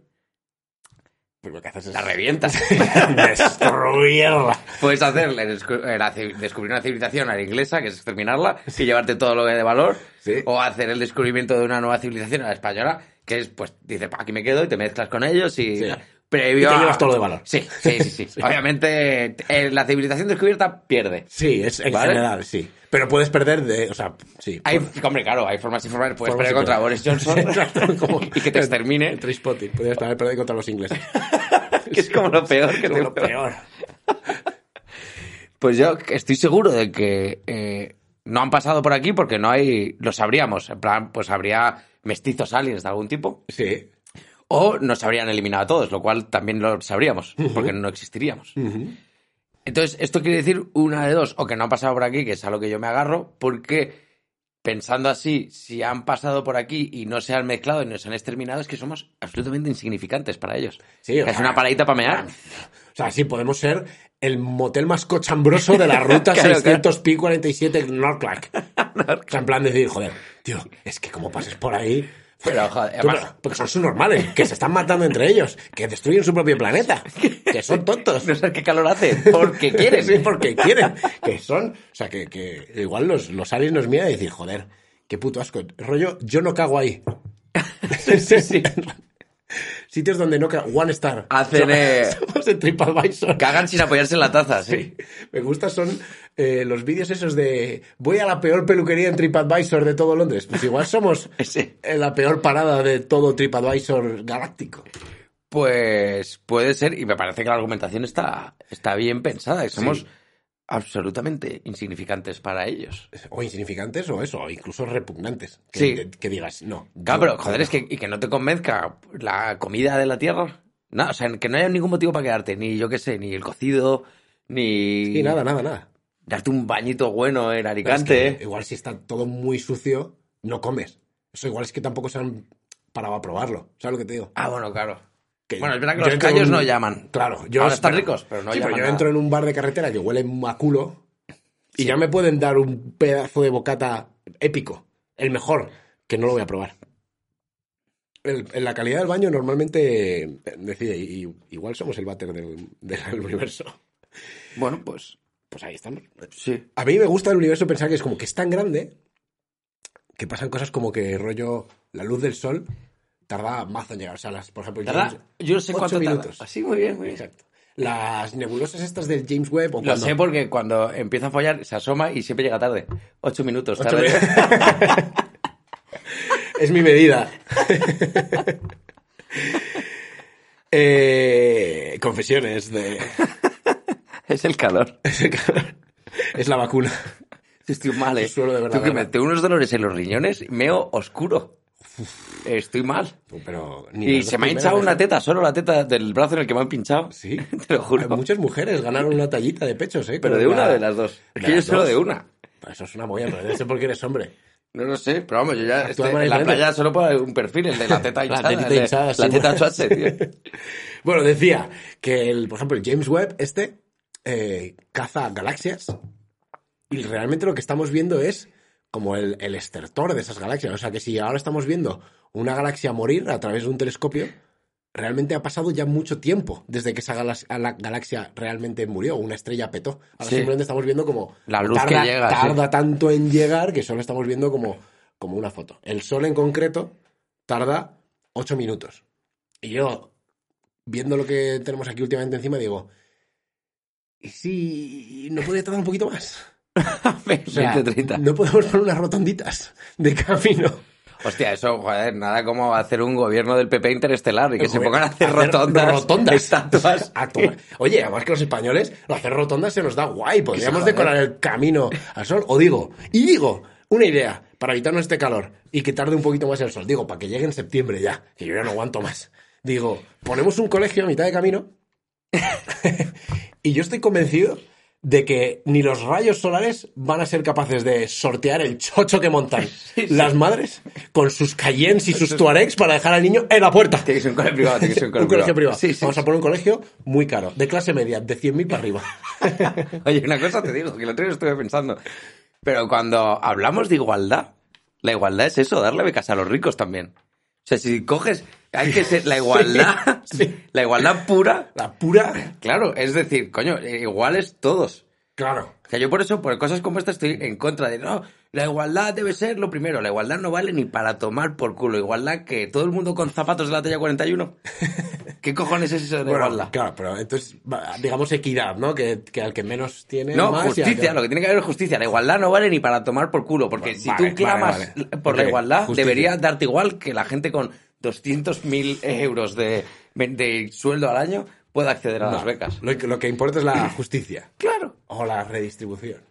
Speaker 1: Pues lo que haces es
Speaker 2: la revientas.
Speaker 1: destruirla.
Speaker 2: Puedes hacerle descu- eh, la civi- descubrir una civilización a la inglesa, que es exterminarla, y llevarte todo lo que de valor,
Speaker 1: Sí.
Speaker 2: o hacer el descubrimiento de una nueva civilización a la española, que es, pues, dice, "Pa, aquí me quedo y te mezclas con ellos y...
Speaker 1: Sí.
Speaker 2: Previo
Speaker 1: Y te
Speaker 2: a-
Speaker 1: llevas todo lo de valor.
Speaker 2: Sí, sí, sí. sí. Obviamente, t- eh, la civilización descubierta pierde.
Speaker 1: Sí, es en
Speaker 2: ¿Vale?
Speaker 1: general, sí. Pero puedes perder de... O sea, sí.
Speaker 2: Hay, hombre, claro, hay formas y formas. Puedes
Speaker 1: Formas
Speaker 2: pelear
Speaker 1: y
Speaker 2: contra Boris
Speaker 1: formas.
Speaker 2: Johnson
Speaker 1: Exacto, como-
Speaker 2: y que te extermine,
Speaker 1: Trispotting. Podrías haber perdido contra los ingleses.
Speaker 2: que es como lo peor que
Speaker 1: Es
Speaker 2: te
Speaker 1: lo
Speaker 2: puede-
Speaker 1: peor.
Speaker 2: Pues yo estoy seguro de que eh, no han pasado por aquí porque no hay. Lo sabríamos. En plan, pues habría mestizos aliens de algún tipo.
Speaker 1: Sí.
Speaker 2: O nos habrían eliminado a todos, lo cual también lo sabríamos, porque no existiríamos.
Speaker 1: Ujú.
Speaker 2: Entonces, esto quiere decir una de dos, o que no han pasado por aquí, que es a lo que yo me agarro, porque pensando así, si han pasado por aquí y no se han mezclado y nos han exterminado, es que somos absolutamente insignificantes para ellos.
Speaker 1: Sí, o
Speaker 2: es
Speaker 1: sea,
Speaker 2: una paradita para mear.
Speaker 1: O sea, sí, podemos ser el motel más cochambroso de la ruta
Speaker 2: Claro,
Speaker 1: 600 P47 North Clark. O sea, en plan decir, joder, tío, es que como pases por ahí...
Speaker 2: Pero, joder,
Speaker 1: Tú,
Speaker 2: además-
Speaker 1: pero- porque son subnormales, que se están matando entre ellos, que destruyen su propio planeta, que son tontos.
Speaker 2: No sé qué calor hace, porque quieren.
Speaker 1: Sí, porque quieren. Que son. O sea, que, que igual los, los aliens nos miran y dicen, joder, qué puto asco. Rollo, yo no cago ahí. sí, sí, Sitios donde no cago. One Star.
Speaker 2: Hacen, eh,
Speaker 1: Somos de TripAdvisor.
Speaker 2: Cagan sin apoyarse en la taza, sí.
Speaker 1: Sí. Me gustan son eh, los vídeos esos de voy a la peor peluquería en TripAdvisor de todo Londres. Pues igual somos
Speaker 2: Sí.
Speaker 1: eh, la peor parada de todo TripAdvisor galáctico.
Speaker 2: Pues puede ser, y me parece que la argumentación está, está bien pensada, que somos
Speaker 1: Sí.
Speaker 2: absolutamente insignificantes para ellos.
Speaker 1: O insignificantes o eso, o incluso repugnantes. Que,
Speaker 2: Sí.
Speaker 1: que- que digas, no. yo-
Speaker 2: Claro, pero joder, es que, y que no te convenzca la comida de la tierra. No, o sea, que no haya ningún motivo para quedarte, ni yo qué sé, ni el cocido, ni
Speaker 1: Y nada, nada, nada.
Speaker 2: darte un bañito bueno en
Speaker 1: Pero es
Speaker 2: Alicante.
Speaker 1: que eh, igual si está todo muy sucio, no comes. Eso igual es que tampoco se han parado a probarlo. ¿Sabes lo que te digo?
Speaker 2: Ah, bueno, claro.
Speaker 1: Que
Speaker 2: Bueno, es verdad que
Speaker 1: yo
Speaker 2: los
Speaker 1: entro en
Speaker 2: callos
Speaker 1: un-
Speaker 2: no llaman.
Speaker 1: Claro, yo
Speaker 2: Ahora están
Speaker 1: pero-
Speaker 2: ricos, pero no
Speaker 1: sí,
Speaker 2: llaman
Speaker 1: yo
Speaker 2: nada.
Speaker 1: entro en un bar de carretera que huele a culo Y ya me pueden dar un pedazo de bocata épico, el mejor, que no lo voy a probar. El- en la calidad del baño normalmente eh, decide, y, y- igual somos el váter del, del universo.
Speaker 2: Bueno, pues
Speaker 1: Pues ahí estamos.
Speaker 2: sí.
Speaker 1: A mí me gusta el universo pensar que es como que es tan grande que pasan cosas como que rollo la luz del sol tarda mazo en llegar. O sea, las, por ejemplo,
Speaker 2: Tarda-
Speaker 1: James-
Speaker 2: yo no sé
Speaker 1: ocho
Speaker 2: cuánto tarda.
Speaker 1: minutos.
Speaker 2: Así, muy bien, muy bien.
Speaker 1: Exacto. Las nebulosas estas del James Webb o
Speaker 2: Lo
Speaker 1: cuando-
Speaker 2: sé porque cuando empieza a follar se asoma y siempre llega tarde. Ocho minutos
Speaker 1: Ocho
Speaker 2: tarde.
Speaker 1: Es mi medida. Eh, confesiones de...
Speaker 2: es el calor.
Speaker 1: Es la vacuna.
Speaker 2: Estoy mal, eh.
Speaker 1: Es suelo de
Speaker 2: Tú
Speaker 1: verdadera.
Speaker 2: que me tengo unos dolores en los riñones, meo oscuro. Estoy mal.
Speaker 1: Pero ni
Speaker 2: Y
Speaker 1: las dos
Speaker 2: se me ha
Speaker 1: primeras,
Speaker 2: hinchado
Speaker 1: ¿eh?
Speaker 2: una teta, solo la teta del brazo en el que me han pinchado.
Speaker 1: Sí.
Speaker 2: Te lo juro.
Speaker 1: Muchas mujeres ganaron una tallita de pechos, ¿eh?
Speaker 2: Pero
Speaker 1: Con
Speaker 2: de una
Speaker 1: la-
Speaker 2: de las dos.
Speaker 1: de
Speaker 2: Es que yo
Speaker 1: las
Speaker 2: solo
Speaker 1: dos.
Speaker 2: de una.
Speaker 1: Eso es una molla, pero debe ser porque eres hombre.
Speaker 2: No lo sé, pero vamos, yo ya
Speaker 1: Actúa
Speaker 2: estoy
Speaker 1: de
Speaker 2: en
Speaker 1: manera
Speaker 2: la
Speaker 1: diferente.
Speaker 2: playa solo para un perfil, el de la teta hinchada.
Speaker 1: tetita
Speaker 2: el de-
Speaker 1: hinchada,
Speaker 2: la
Speaker 1: sí,
Speaker 2: teta
Speaker 1: bueno.
Speaker 2: chuache, tío.
Speaker 1: Bueno, decía que, el, por ejemplo, el James Webb, este, eh, caza galaxias. Y realmente lo que estamos viendo es como el, el estertor de esas galaxias. O sea que si ahora estamos viendo una galaxia morir a través de un telescopio, realmente ha pasado ya mucho tiempo desde que esa galas- a la galaxia realmente murió, una estrella petó. Ahora
Speaker 2: Sí.
Speaker 1: simplemente estamos viendo como...
Speaker 2: La luz
Speaker 1: tarda,
Speaker 2: que llega, sí.
Speaker 1: Tarda tanto en llegar que solo estamos viendo como, como una foto. El Sol en concreto tarda 8 minutos. Y yo, viendo lo que tenemos aquí últimamente encima, digo... ¿Y si no podría tardar un poquito más? O sea,
Speaker 2: 20, 30.
Speaker 1: no podemos poner unas rotonditas de camino.
Speaker 2: Hostia, eso, joder, nada como hacer un gobierno del PP interestelar y que se
Speaker 1: Joder,
Speaker 2: pongan a hacer
Speaker 1: hacer
Speaker 2: rotondas,
Speaker 1: rotondas.
Speaker 2: estatuas.
Speaker 1: A tomar. Oye, además que los españoles, lo hacer rotondas se nos da guay. Podríamos
Speaker 2: joder.
Speaker 1: decorar el camino al sol. O digo, y digo, una idea para evitarnos este calor y que tarde un poquito más el sol. Digo, para que llegue en septiembre ya, que yo ya no aguanto más. Digo, ponemos un colegio a mitad de camino y yo estoy convencido de que ni los rayos solares van a ser capaces de sortear el chocho que montan las madres con sus Cayennes y sus Tuaregs para dejar al niño en la puerta
Speaker 2: Tiene Pues que ser un colegio privado, tiene que ser un colegio,
Speaker 1: un colegio privado.
Speaker 2: Sí, sí.
Speaker 1: Vamos a poner un colegio muy caro, de clase media, de 100.000 para arriba.
Speaker 2: Oye, una cosa te digo, que el otro día estuve pensando. Pero cuando hablamos de igualdad, la igualdad es eso, darle becas a los ricos también. O sea, si coges, hay que ser la igualdad, la igualdad pura,
Speaker 1: La pura.
Speaker 2: claro, es decir, coño, eh, iguales todos.
Speaker 1: Claro.
Speaker 2: O sea, yo por eso, por cosas como esta, estoy en contra de, no, la igualdad debe ser lo primero. La igualdad no vale ni para tomar por culo. Igualdad que todo el mundo con zapatos de la talla 41. ¿Qué cojones es eso de
Speaker 1: Bueno,
Speaker 2: igualdad?
Speaker 1: claro, pero entonces, va, digamos equidad, ¿no? Que, que al que menos tiene.
Speaker 2: No,
Speaker 1: más y al
Speaker 2: justicia,
Speaker 1: que-
Speaker 2: lo que tiene que haber es justicia. La igualdad no vale ni para tomar por culo, porque
Speaker 1: Vale,
Speaker 2: si
Speaker 1: vale,
Speaker 2: tú clamas
Speaker 1: vale.
Speaker 2: por la
Speaker 1: Ok,
Speaker 2: igualdad,
Speaker 1: justicia.
Speaker 2: debería darte igual que la gente con 200.000 euros de, de sueldo al año pueda acceder a las
Speaker 1: Vale.
Speaker 2: becas.
Speaker 1: Lo, que- lo que importa es la justicia
Speaker 2: Claro.
Speaker 1: o la redistribución.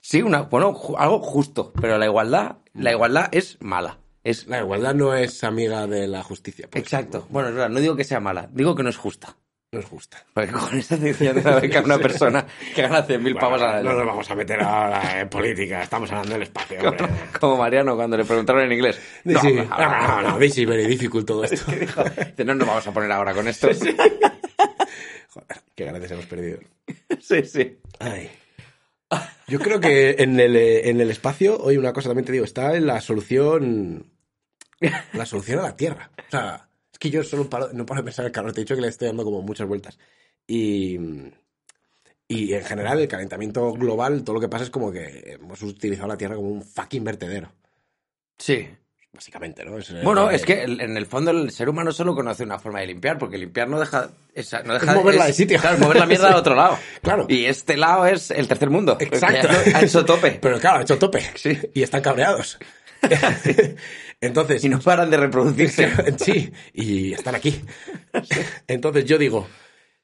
Speaker 2: Sí, una, bueno, ju- algo justo, pero la igualdad, la igualdad es mala. Es
Speaker 1: La igualdad no es amiga de la justicia. pues,
Speaker 2: Exacto. Bueno, es verdad, no digo que sea mala, digo que no es justa.
Speaker 1: No es justa.
Speaker 2: Porque con esta decisión de la beca a una persona que gana 100.000 pavos al
Speaker 1: no
Speaker 2: año.
Speaker 1: nos vamos a meter ahora en política, estamos hablando del espacio. hombre.
Speaker 2: Como Mariano cuando le preguntaron en inglés. No,
Speaker 1: This is-
Speaker 2: no,
Speaker 1: no, no, no, this is very difficult todo esto.
Speaker 2: dijo, "Dice, no nos vamos a poner ahora con esto. Sí,
Speaker 1: Joder, qué gracias hemos perdido.
Speaker 2: sí.
Speaker 1: Ay. Yo creo que en el, eh, en el espacio, hoy una cosa también te digo, está en la solución. La solución a la Tierra. O sea, es que yo solo paro- no paro de pensar en el calor. Te he dicho que le estoy dando como muchas vueltas. Y. Y en general, el calentamiento global, todo lo que pasa es como que hemos utilizado la Tierra como un fucking vertedero.
Speaker 2: Sí.
Speaker 1: Eh, Básicamente, ¿no? Es,
Speaker 2: Bueno,
Speaker 1: eh,
Speaker 2: es que el- en el fondo el ser humano solo conoce una forma de limpiar, porque limpiar no deja... esa- no deja
Speaker 1: Es moverla de sitio.
Speaker 2: Claro, es mover la mierda a otro lado.
Speaker 1: Claro.
Speaker 2: Y este lado es el tercer mundo.
Speaker 1: Exacto.
Speaker 2: Que ya- A eso tope.
Speaker 1: Pero claro, ha hecho tope.
Speaker 2: Sí.
Speaker 1: Y están cabreados. Entonces.
Speaker 2: Y no paran de reproducirse.
Speaker 1: Sí, y están aquí. Entonces yo digo,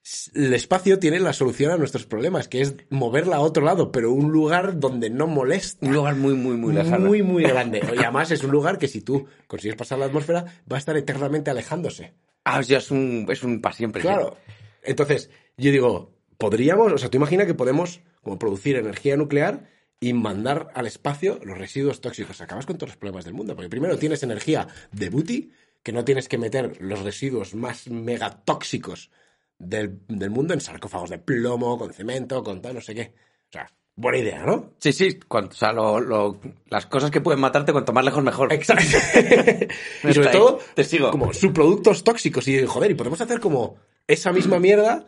Speaker 1: s- el espacio tiene la solución a nuestros problemas, que es moverla a otro lado, pero un lugar donde no molesta.
Speaker 2: Un lugar muy, muy, muy lejano.
Speaker 1: Muy, muy grande. Y además es un lugar que si tú consigues pasar la atmósfera, va a estar eternamente alejándose.
Speaker 2: Ah, o sea, es un, es un para siempre.
Speaker 1: Claro. Entonces, yo digo, podríamos, o sea, tú imagina que podemos como producir energía nuclear y mandar al espacio los residuos tóxicos. Acabas con todos los problemas del mundo, porque primero tienes energía de booty, que no tienes que meter los residuos más megatóxicos del, del mundo en sarcófagos de plomo, con cemento, con tal, no sé qué. O sea, Buena idea, ¿no?
Speaker 2: Sí, sí, cuanto- o sea, lo- lo- las cosas que pueden matarte, cuanto más lejos mejor.
Speaker 1: Exacto. Eh, y sobre
Speaker 2: Está ahí,
Speaker 1: todo,
Speaker 2: te sigo.
Speaker 1: como subproductos tóxicos. Y joder, y podemos hacer como esa misma mierda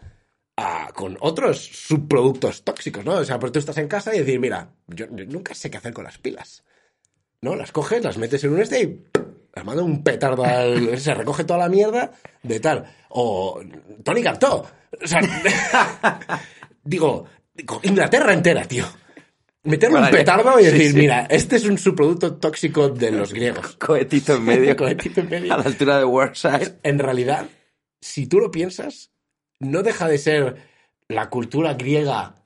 Speaker 1: a- con otros subproductos tóxicos, ¿no? O sea, pues tú estás en casa y decir, mira, yo, yo nunca sé qué hacer con las pilas. ¿No? Las coges, las metes en un este y las manda un petardo al. se recoge toda la mierda de tal. O. Tony Cantó. O sea. digo, digo, Inglaterra entera, tío. Meterle un
Speaker 2: Vale.
Speaker 1: petardo y
Speaker 2: Sí,
Speaker 1: decir,
Speaker 2: sí.
Speaker 1: mira, este es un subproducto tóxico de los griegos.
Speaker 2: Cohetito en medio.
Speaker 1: Cohetito en medio.
Speaker 2: A la altura de Workside.
Speaker 1: En realidad, si tú lo piensas, no deja de ser la cultura griega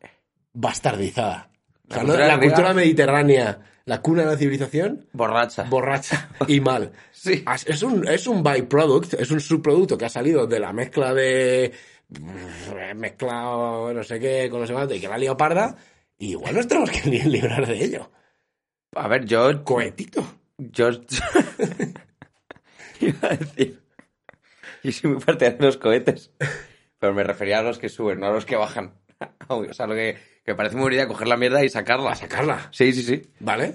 Speaker 1: bastardizada. O sea,
Speaker 2: La
Speaker 1: no-
Speaker 2: cultura
Speaker 1: la
Speaker 2: griega-
Speaker 1: cultura mediterránea, la cuna de la civilización,
Speaker 2: Borracha.
Speaker 1: borracha y mal.
Speaker 2: Sí.
Speaker 1: As- Es un, es un byproduct, es un subproducto que ha salido de la mezcla de. mezclado no sé qué con los demás y que la leoparda Y igual nos tenemos que li- librar de ello.
Speaker 2: A ver, yo.
Speaker 1: Cohetito.
Speaker 2: Yo. Iba a decir. Yo soy muy partidario de los cohetes. Pero me refería a los que suben, no a los que bajan. O sea, lo que, que parece muy buena idea coger la mierda y sacarla.
Speaker 1: A sacarla.
Speaker 2: Sí, sí, sí.
Speaker 1: ¿Vale?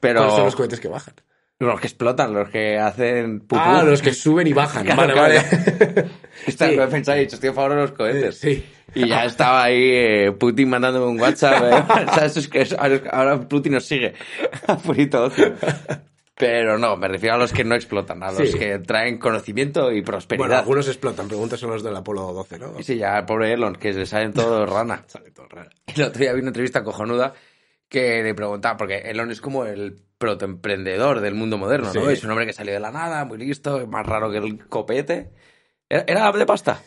Speaker 2: Pero.
Speaker 1: ¿Cuáles son los cohetes que bajan?
Speaker 2: Los que explotan, los que hacen pupú.
Speaker 1: Ah, los que suben y bajan.
Speaker 2: Claro,
Speaker 1: vale,
Speaker 2: claro,
Speaker 1: vale.
Speaker 2: Esta
Speaker 1: sí.
Speaker 2: lo he pensado y he dicho, estoy a favor de los cohetes.
Speaker 1: Sí.
Speaker 2: Y ya estaba ahí eh, Putin mandándome un WhatsApp. eh. O sea, eso es que es- ahora, ahora Putin nos sigue. A purito ocio. Pero no, me refiero a los que no explotan, a los
Speaker 1: Sí.
Speaker 2: que traen conocimiento y
Speaker 1: Bueno,
Speaker 2: prosperidad.
Speaker 1: algunos explotan. Pregúntaselo a los del Apolo 12, ¿no?
Speaker 2: Y Sí, ya el pobre Elon, que se salen todos rana.
Speaker 1: Sale todo raro.
Speaker 2: El otro día vi una entrevista cojonuda que le preguntaba, porque Elon es como el protoemprendedor del mundo moderno, ¿no?
Speaker 1: Sí.
Speaker 2: Es un hombre que salió de la nada, muy listo, más raro que el copete. Era, era de pasta.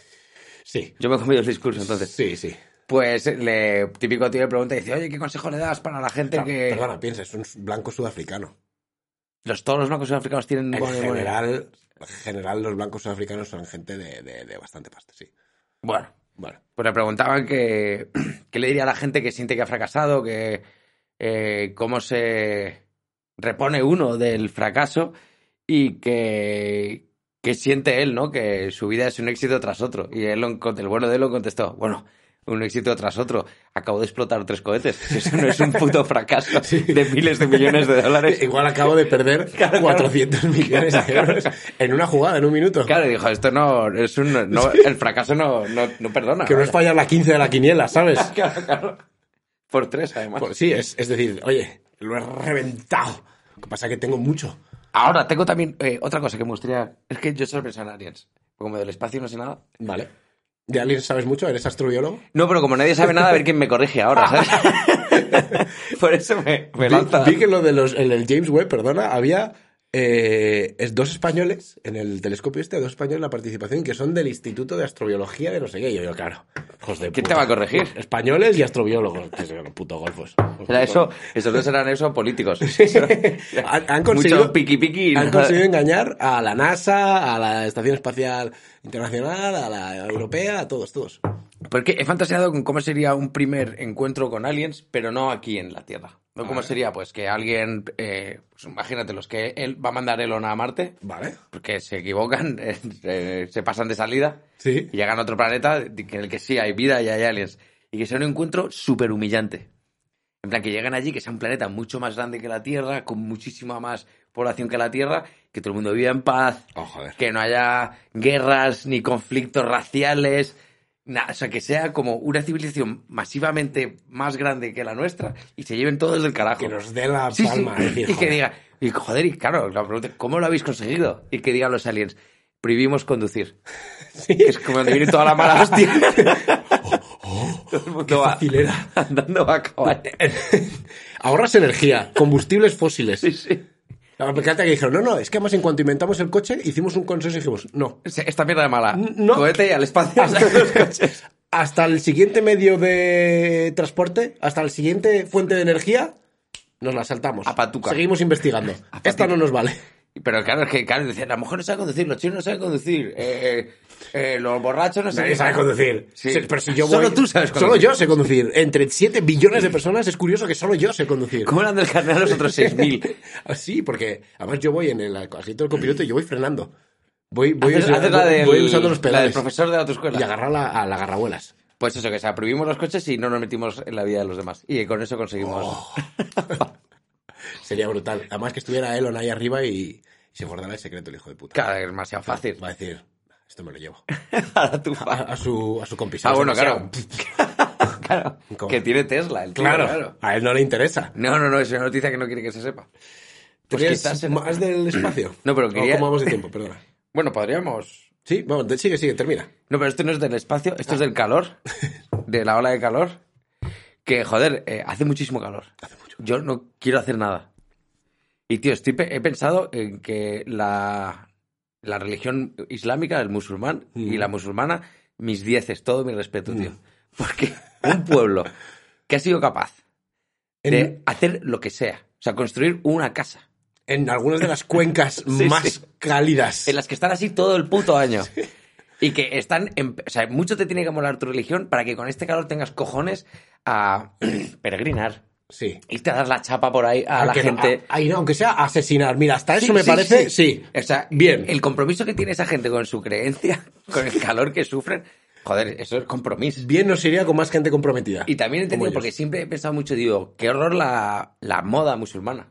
Speaker 1: Sí.
Speaker 2: Yo me he comido el discurso entonces.
Speaker 1: Sí, sí.
Speaker 2: Pues le típico tío le pregunta y dice, oye, ¿qué consejo le das para la gente
Speaker 1: Claro,
Speaker 2: que
Speaker 1: Perdona, piensa, es un blanco sudafricano.
Speaker 2: los todos los blancos sudafricanos tienen
Speaker 1: En
Speaker 2: bueno, bueno".
Speaker 1: general, en general, los blancos sudafricanos son gente de, de- de bastante pasta, sí.
Speaker 2: Bueno,
Speaker 1: Bueno,
Speaker 2: pues le preguntaban que qué le diría a la gente que siente que ha fracasado, que eh, cómo se repone uno del fracaso y que qué siente él, ¿no? Que su vida es un éxito tras otro. Y él, el bueno de él contestó, bueno, un éxito tras otro. Acabo de explotar tres cohetes. Eso no es un puto fracaso de miles de millones de dólares.
Speaker 1: igual acabo de perder 400 millones de euros en una jugada, en un minuto.
Speaker 2: Claro, y dijo, esto no es un... no- el fracaso no, no, no perdona.
Speaker 1: que no es fallar la 15 de la quiniela, ¿sabes?
Speaker 2: Claro, claro. Por tres, además.
Speaker 1: Pues sí, es, es decir, oye, lo he reventado. Lo que pasa es que tengo mucho.
Speaker 2: Ahora, tengo también eh, otra cosa que me gustaría... Es que yo solo pensaba en aliens. Como del espacio no sé nada.
Speaker 1: Vale. ¿De aliens sabes mucho? ¿Eres astrobiólogo?
Speaker 2: No, pero como nadie sabe nada, a ver quién me corrige ahora, ¿sabes? Por eso me, me
Speaker 1: Vi-
Speaker 2: lanza...
Speaker 1: Vi que lo de los, en el James Webb, perdona, había eh, es dos españoles en el telescopio este, dos españoles en la participación que son del Instituto de Astrobiología de no sé qué. Y yo, yo, claro, hijos de
Speaker 2: ¿Quién
Speaker 1: puta.
Speaker 2: te va a corregir?
Speaker 1: Españoles y astrobiólogos. Que son los putos golfos.
Speaker 2: Era eso, esos dos eran eso políticos.
Speaker 1: han, han conseguido,
Speaker 2: Mucho piqui piqui. y
Speaker 1: han
Speaker 2: nada.
Speaker 1: conseguido engañar a la NASA, a la Estación Espacial Internacional, a la Europea, a todos, todos.
Speaker 2: Porque he fantaseado con cómo sería un primer encuentro con aliens, pero no aquí en la Tierra. ¿No?
Speaker 1: Ah.
Speaker 2: ¿Cómo sería? Pues que alguien, eh, pues imagínate, los que él va a mandar Elon a Marte,
Speaker 1: ¿Vale?
Speaker 2: porque se equivocan, eh, se, se pasan de salida,
Speaker 1: Sí.
Speaker 2: y llegan a otro planeta en el que sí hay vida y hay aliens. Y que sea un encuentro súper humillante. En plan, que lleguen allí, que sea un planeta mucho más grande que la Tierra, con muchísima más población que la Tierra, que todo el mundo viva en paz,
Speaker 1: Oh, joder.
Speaker 2: que no haya guerras ni conflictos raciales, na- o sea, que sea como una civilización masivamente más grande que la nuestra y se lleven todos del carajo.
Speaker 1: Que nos dé la
Speaker 2: Sí, sí.
Speaker 1: palma. eh, decir,
Speaker 2: y que
Speaker 1: joder.
Speaker 2: diga, y joder, y claro, la pregunta, es, ¿cómo lo habéis conseguido? Y que digan los aliens, prohibimos conducir.
Speaker 1: Sí.
Speaker 2: Que es como donde viene toda la mala hostia.
Speaker 1: Oh,
Speaker 2: Todo el mundo va
Speaker 1: Fácil era.
Speaker 2: andando a caballo.
Speaker 1: Ahorras energía, combustibles fósiles.
Speaker 2: Sí, sí.
Speaker 1: Me encanta Ah, pues que dijeron, no, no, es que además en cuanto inventamos el coche, hicimos un consenso y dijimos, no.
Speaker 2: Esta mierda de mala.
Speaker 1: No.
Speaker 2: Cohete y al espacio. los coches.
Speaker 1: Hasta el siguiente medio de transporte, hasta el siguiente fuente de energía, nos la saltamos.
Speaker 2: A patuca.
Speaker 1: Seguimos investigando. Esta no nos vale.
Speaker 2: Pero claro, es que claro, dicen, la mujer no sabe conducir, los chinos no saben conducir, eh, eh, eh, los borrachos no saben
Speaker 1: Nadie sabe conducir.
Speaker 2: Sí.
Speaker 1: Se- Pero si yo
Speaker 2: Solo
Speaker 1: voy-
Speaker 2: tú sabes
Speaker 1: Solo
Speaker 2: conducir.
Speaker 1: yo sé conducir. Entre 7 billones de personas es curioso que solo yo sé conducir.
Speaker 2: ¿Cómo eran del carnet a los otros 6.000?
Speaker 1: Así, porque además yo voy en el asiento del copiloto y yo voy frenando. Voy, voy,
Speaker 2: Haces- haces
Speaker 1: usando-
Speaker 2: la del-
Speaker 1: voy usando los
Speaker 2: la del
Speaker 1: pedales.
Speaker 2: profesor de la autoescuela.
Speaker 1: Y agarrar a, la- a la garrabuelas.
Speaker 2: Pues eso, que o sea, prohibimos los coches y no nos metimos en la vida de los demás. Y con eso conseguimos.
Speaker 1: Oh. Sería brutal. Además que estuviera Elon ahí arriba y, y se guardara el secreto el hijo de puta.
Speaker 2: Claro, es demasiado fácil.
Speaker 1: Va a decir, esto me lo llevo.
Speaker 2: Ahora tú
Speaker 1: A, a su, a su compis.
Speaker 2: Ah, bueno,
Speaker 1: Demasiado.
Speaker 2: claro. claro.
Speaker 1: ¿Cómo?
Speaker 2: Que tiene Tesla, el tío,
Speaker 1: Claro, a él no le interesa.
Speaker 2: No, no, no, es una noticia que no quiere que se sepa. Pues
Speaker 1: ¿Tenías
Speaker 2: quizás en-
Speaker 1: más del espacio?
Speaker 2: No, pero
Speaker 1: ¿O
Speaker 2: quería-
Speaker 1: ¿Cómo vamos de tiempo? Perdona.
Speaker 2: Bueno, podríamos.
Speaker 1: Sí, vamos, de- sigue, sigue, termina.
Speaker 2: No, pero esto no es del espacio, esto es del calor, de la ola de calor. Que, joder, eh, hace muchísimo calor. Yo no quiero hacer nada. Y, tío, estoy pe- he pensado en que la, la religión islámica, el musulmán
Speaker 1: Mm.
Speaker 2: y la musulmana, mis dieces, todo mi respeto, tío. Porque un pueblo que ha sido capaz
Speaker 1: En,
Speaker 2: de hacer lo que sea, o sea, construir una casa,
Speaker 1: en algunas de las cuencas
Speaker 2: Sí,
Speaker 1: más
Speaker 2: sí.
Speaker 1: cálidas.
Speaker 2: en las que están así todo el puto año. Y que están. en- o sea, mucho te tiene que molar tu religión para que con este calor tengas cojones a peregrinar.
Speaker 1: Sí.
Speaker 2: Irte a dar la chapa por ahí a
Speaker 1: Aunque
Speaker 2: la
Speaker 1: no-
Speaker 2: gente.
Speaker 1: a- ahí no, aunque sea asesinar. Mira, hasta eso
Speaker 2: Sí,
Speaker 1: me
Speaker 2: sí,
Speaker 1: parece, sí.
Speaker 2: O sea,
Speaker 1: Bien.
Speaker 2: El compromiso que tiene esa gente con su creencia, con el calor que sufren, joder, eso es compromiso.
Speaker 1: Bien nos iría con más gente comprometida.
Speaker 2: Y también he
Speaker 1: Como
Speaker 2: entendido,
Speaker 1: ellos.
Speaker 2: porque siempre he pensado mucho, digo, qué horror la, la moda musulmana.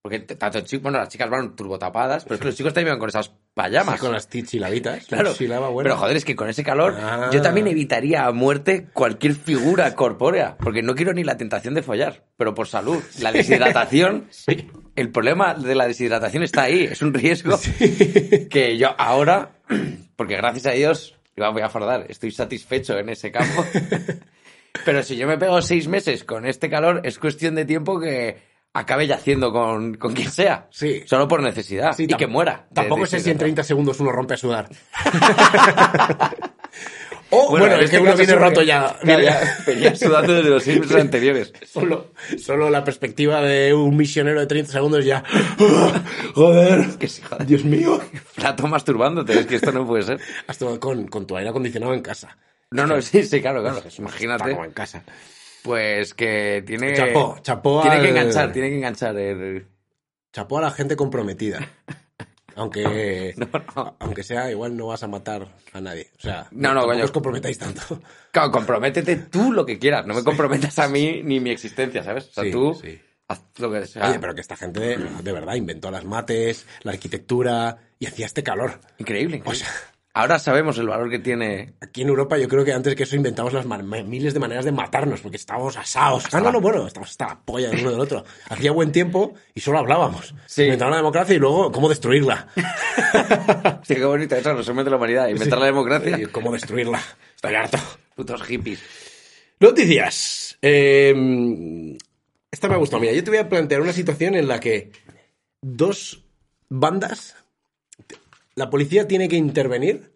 Speaker 2: Porque t- tanto chicos, bueno, las chicas van turbotapadas, pero es que los chicos también iban con esas
Speaker 1: Sí,
Speaker 2: payamas.
Speaker 1: con las tichilavitas.
Speaker 2: Claro,
Speaker 1: Chilaba, bueno.
Speaker 2: pero joder, es que con ese calor
Speaker 1: Ah.
Speaker 2: yo también evitaría a muerte cualquier figura corpórea, porque no quiero ni la tentación de follar, pero por salud, la deshidratación, el problema de la deshidratación está ahí, es un riesgo que yo ahora, porque gracias a Dios, iba- voy a fardar, estoy satisfecho en ese campo, pero si yo me pego seis meses con este calor, es cuestión de tiempo que acabe yaciendo con, con quien sea,
Speaker 1: Sí.
Speaker 2: solo por necesidad,
Speaker 1: Sí,
Speaker 2: y
Speaker 1: tam-
Speaker 2: que muera. de
Speaker 1: Tampoco sé si en
Speaker 2: deshidratación.
Speaker 1: 30 segundos uno rompe a sudar. o, bueno,
Speaker 2: en
Speaker 1: es que
Speaker 2: este
Speaker 1: uno
Speaker 2: caso
Speaker 1: viene
Speaker 2: seguro
Speaker 1: roto
Speaker 2: que-
Speaker 1: ya.
Speaker 2: Claro, ya venía sudando desde los seis meses anteriores.
Speaker 1: Solo, solo la perspectiva de un misionero de 30 segundos ya. ¡Ah! ¡Joder!
Speaker 2: Que sí, joder.
Speaker 1: ¡Dios mío!
Speaker 2: Plato masturbándote, es que esto no puede ser.
Speaker 1: Has tomado con, con tu aire acondicionado en casa.
Speaker 2: No, no, sí, sí, claro, claro.
Speaker 1: Está como
Speaker 2: Imagínate,
Speaker 1: en casa.
Speaker 2: pues que tiene...
Speaker 1: Chapó, chapó
Speaker 2: Tiene
Speaker 1: al-
Speaker 2: que enganchar, tiene que enganchar. el-
Speaker 1: Chapó a la gente comprometida. Aunque,
Speaker 2: No, no.
Speaker 1: aunque sea, igual no vas a matar a nadie. O sea,
Speaker 2: No, no,
Speaker 1: tampoco
Speaker 2: coño.
Speaker 1: os comprometáis tanto.
Speaker 2: Claro, comprométete tú lo que quieras, no me comprometas a mí ni mi existencia, ¿sabes? O sea,
Speaker 1: Sí,
Speaker 2: tú
Speaker 1: sí.
Speaker 2: haz lo que sea.
Speaker 1: Oye, pero que esta gente de, de verdad inventó las mates, la arquitectura y hacía este calor.
Speaker 2: Increíble, increíble.
Speaker 1: O sea,
Speaker 2: Ahora sabemos el valor que tiene...
Speaker 1: aquí en Europa yo creo que antes que eso inventamos las ma- ma- miles de maneras de matarnos porque estábamos asados. Ah, no, no, bueno, estábamos hasta la polla del uno del otro. Hacía buen tiempo y solo hablábamos.
Speaker 2: Sí.
Speaker 1: Inventaron la democracia y luego cómo destruirla.
Speaker 2: Hostia, qué bonito, eso resumen de la humanidad, inventar la democracia.
Speaker 1: Y cómo destruirla. Estoy harto.
Speaker 2: Putos hippies.
Speaker 1: Noticias. Eh, esta me ha gustado. Mira, yo te voy a plantear una situación en la que dos bandas. La policía tiene que intervenir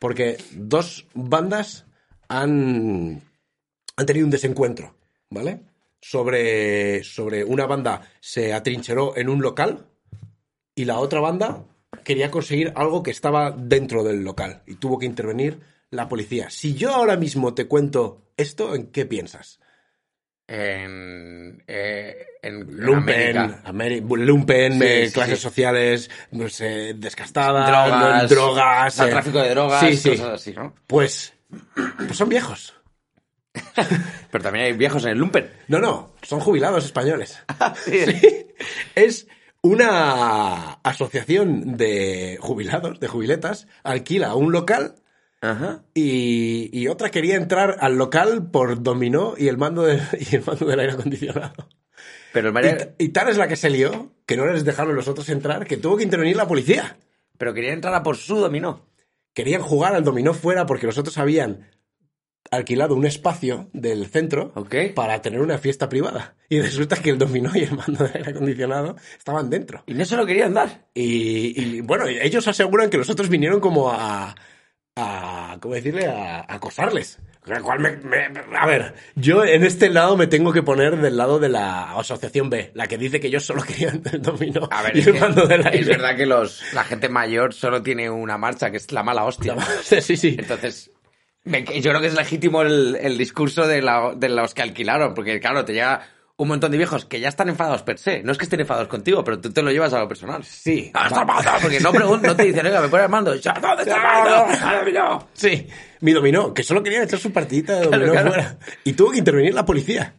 Speaker 1: porque dos bandas han, han tenido un desencuentro, ¿vale? Sobre, sobre una banda se atrincheró en un local y la otra banda quería conseguir algo que estaba dentro del local y tuvo que intervenir la policía. Si yo ahora mismo te cuento esto, ¿en qué piensas?
Speaker 2: en, eh, en
Speaker 1: Lumpen,
Speaker 2: América.
Speaker 1: Ameri- bu- lumpen,
Speaker 2: Sí,
Speaker 1: eh,
Speaker 2: sí,
Speaker 1: clases
Speaker 2: sí.
Speaker 1: sociales, no sé, descastadas,
Speaker 2: drogas,
Speaker 1: no- drogas,
Speaker 2: o sea,
Speaker 1: eh,
Speaker 2: tráfico de drogas,
Speaker 1: sí, sí.
Speaker 2: cosas así, ¿no?
Speaker 1: Pues, pues son viejos.
Speaker 2: Pero también hay viejos en el lumpen.
Speaker 1: No, no, son jubilados españoles.
Speaker 2: Ah, Sí.
Speaker 1: es una asociación de jubilados, de jubiletas, alquila un local
Speaker 2: Ajá.
Speaker 1: y, y otra quería entrar al local por dominó y el mando, de- y el mando del aire acondicionado.
Speaker 2: Pero, el Mario-
Speaker 1: Y, y tal es la que se lió, que no les dejaron los otros entrar, que tuvo que intervenir la policía.
Speaker 2: pero quería entrar a por su dominó.
Speaker 1: Querían jugar al dominó fuera porque los otros habían alquilado un espacio del centro
Speaker 2: Ok.
Speaker 1: para tener una fiesta privada. Y resulta que el dominó y el mando del aire acondicionado estaban dentro.
Speaker 2: Y no se lo querían dar.
Speaker 1: Y, y, bueno, ellos aseguran que los otros vinieron como a. a ¿Cómo decirle? A, a acosarles. Lo cual me- me- me- a ver, yo en este lado me tengo que poner del lado de la asociación B, la que dice que yo solo quería el dominó
Speaker 2: A ver,
Speaker 1: y
Speaker 2: es,
Speaker 1: el
Speaker 2: que
Speaker 1: mando del aire.
Speaker 2: es verdad que los, la gente mayor solo tiene una marcha, que es la mala hostia.
Speaker 1: sí, sí.
Speaker 2: Entonces, me- yo creo que es legítimo el, el discurso de, la- de los que alquilaron, porque claro, te llega un montón de viejos que ya están enfadados per se. No es que estén enfadados contigo, pero tú te lo llevas a lo personal.
Speaker 1: Sí.
Speaker 2: Ah, está el mando, porque no, pregun- no te dicen, oiga, me pones el mando. Ya, ¿Dónde está el mando? Ah, no.
Speaker 1: Sí. Mi dominó, que solo quería echar su partidita de dominó
Speaker 2: claro.
Speaker 1: fuera. Y tuvo que intervenir la policía.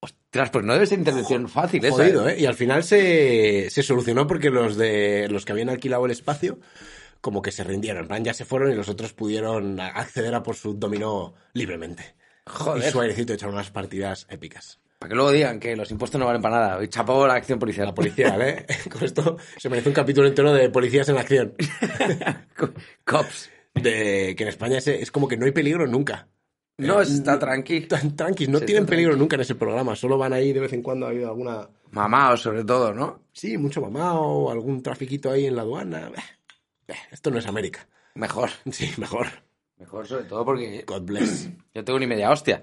Speaker 2: Ostras, pues no debe ser intervención fácil esa.
Speaker 1: Jodido, ¿eh? Y al final se, se solucionó porque los de los que habían alquilado el espacio como que se rindieron, en plan, ya se fueron y los otros pudieron a- acceder a por su dominó libremente. Y
Speaker 2: Joder.
Speaker 1: su airecito echaron unas partidas épicas.
Speaker 2: Para que luego digan que los impuestos no valen para nada. Y chapó la acción policial.
Speaker 1: La policía, ¿eh? Con esto se merece un capítulo entero de policías en acción.
Speaker 2: Co- Cops.
Speaker 1: De que en España es, es como que no hay peligro nunca.
Speaker 2: No, está tranqui.
Speaker 1: Tan tranquis, no
Speaker 2: Sí,
Speaker 1: tienen
Speaker 2: está
Speaker 1: peligro nunca en ese programa, solo van ahí de vez en cuando ha habido alguna
Speaker 2: Mamao, sobre todo, ¿no?
Speaker 1: sí, mucho mamá o algún trafiquito ahí en la aduana. Bah, bah, Esto no es América.
Speaker 2: Mejor.
Speaker 1: Sí, mejor.
Speaker 2: Mejor sobre todo porque
Speaker 1: God bless.
Speaker 2: yo tengo ni media hostia.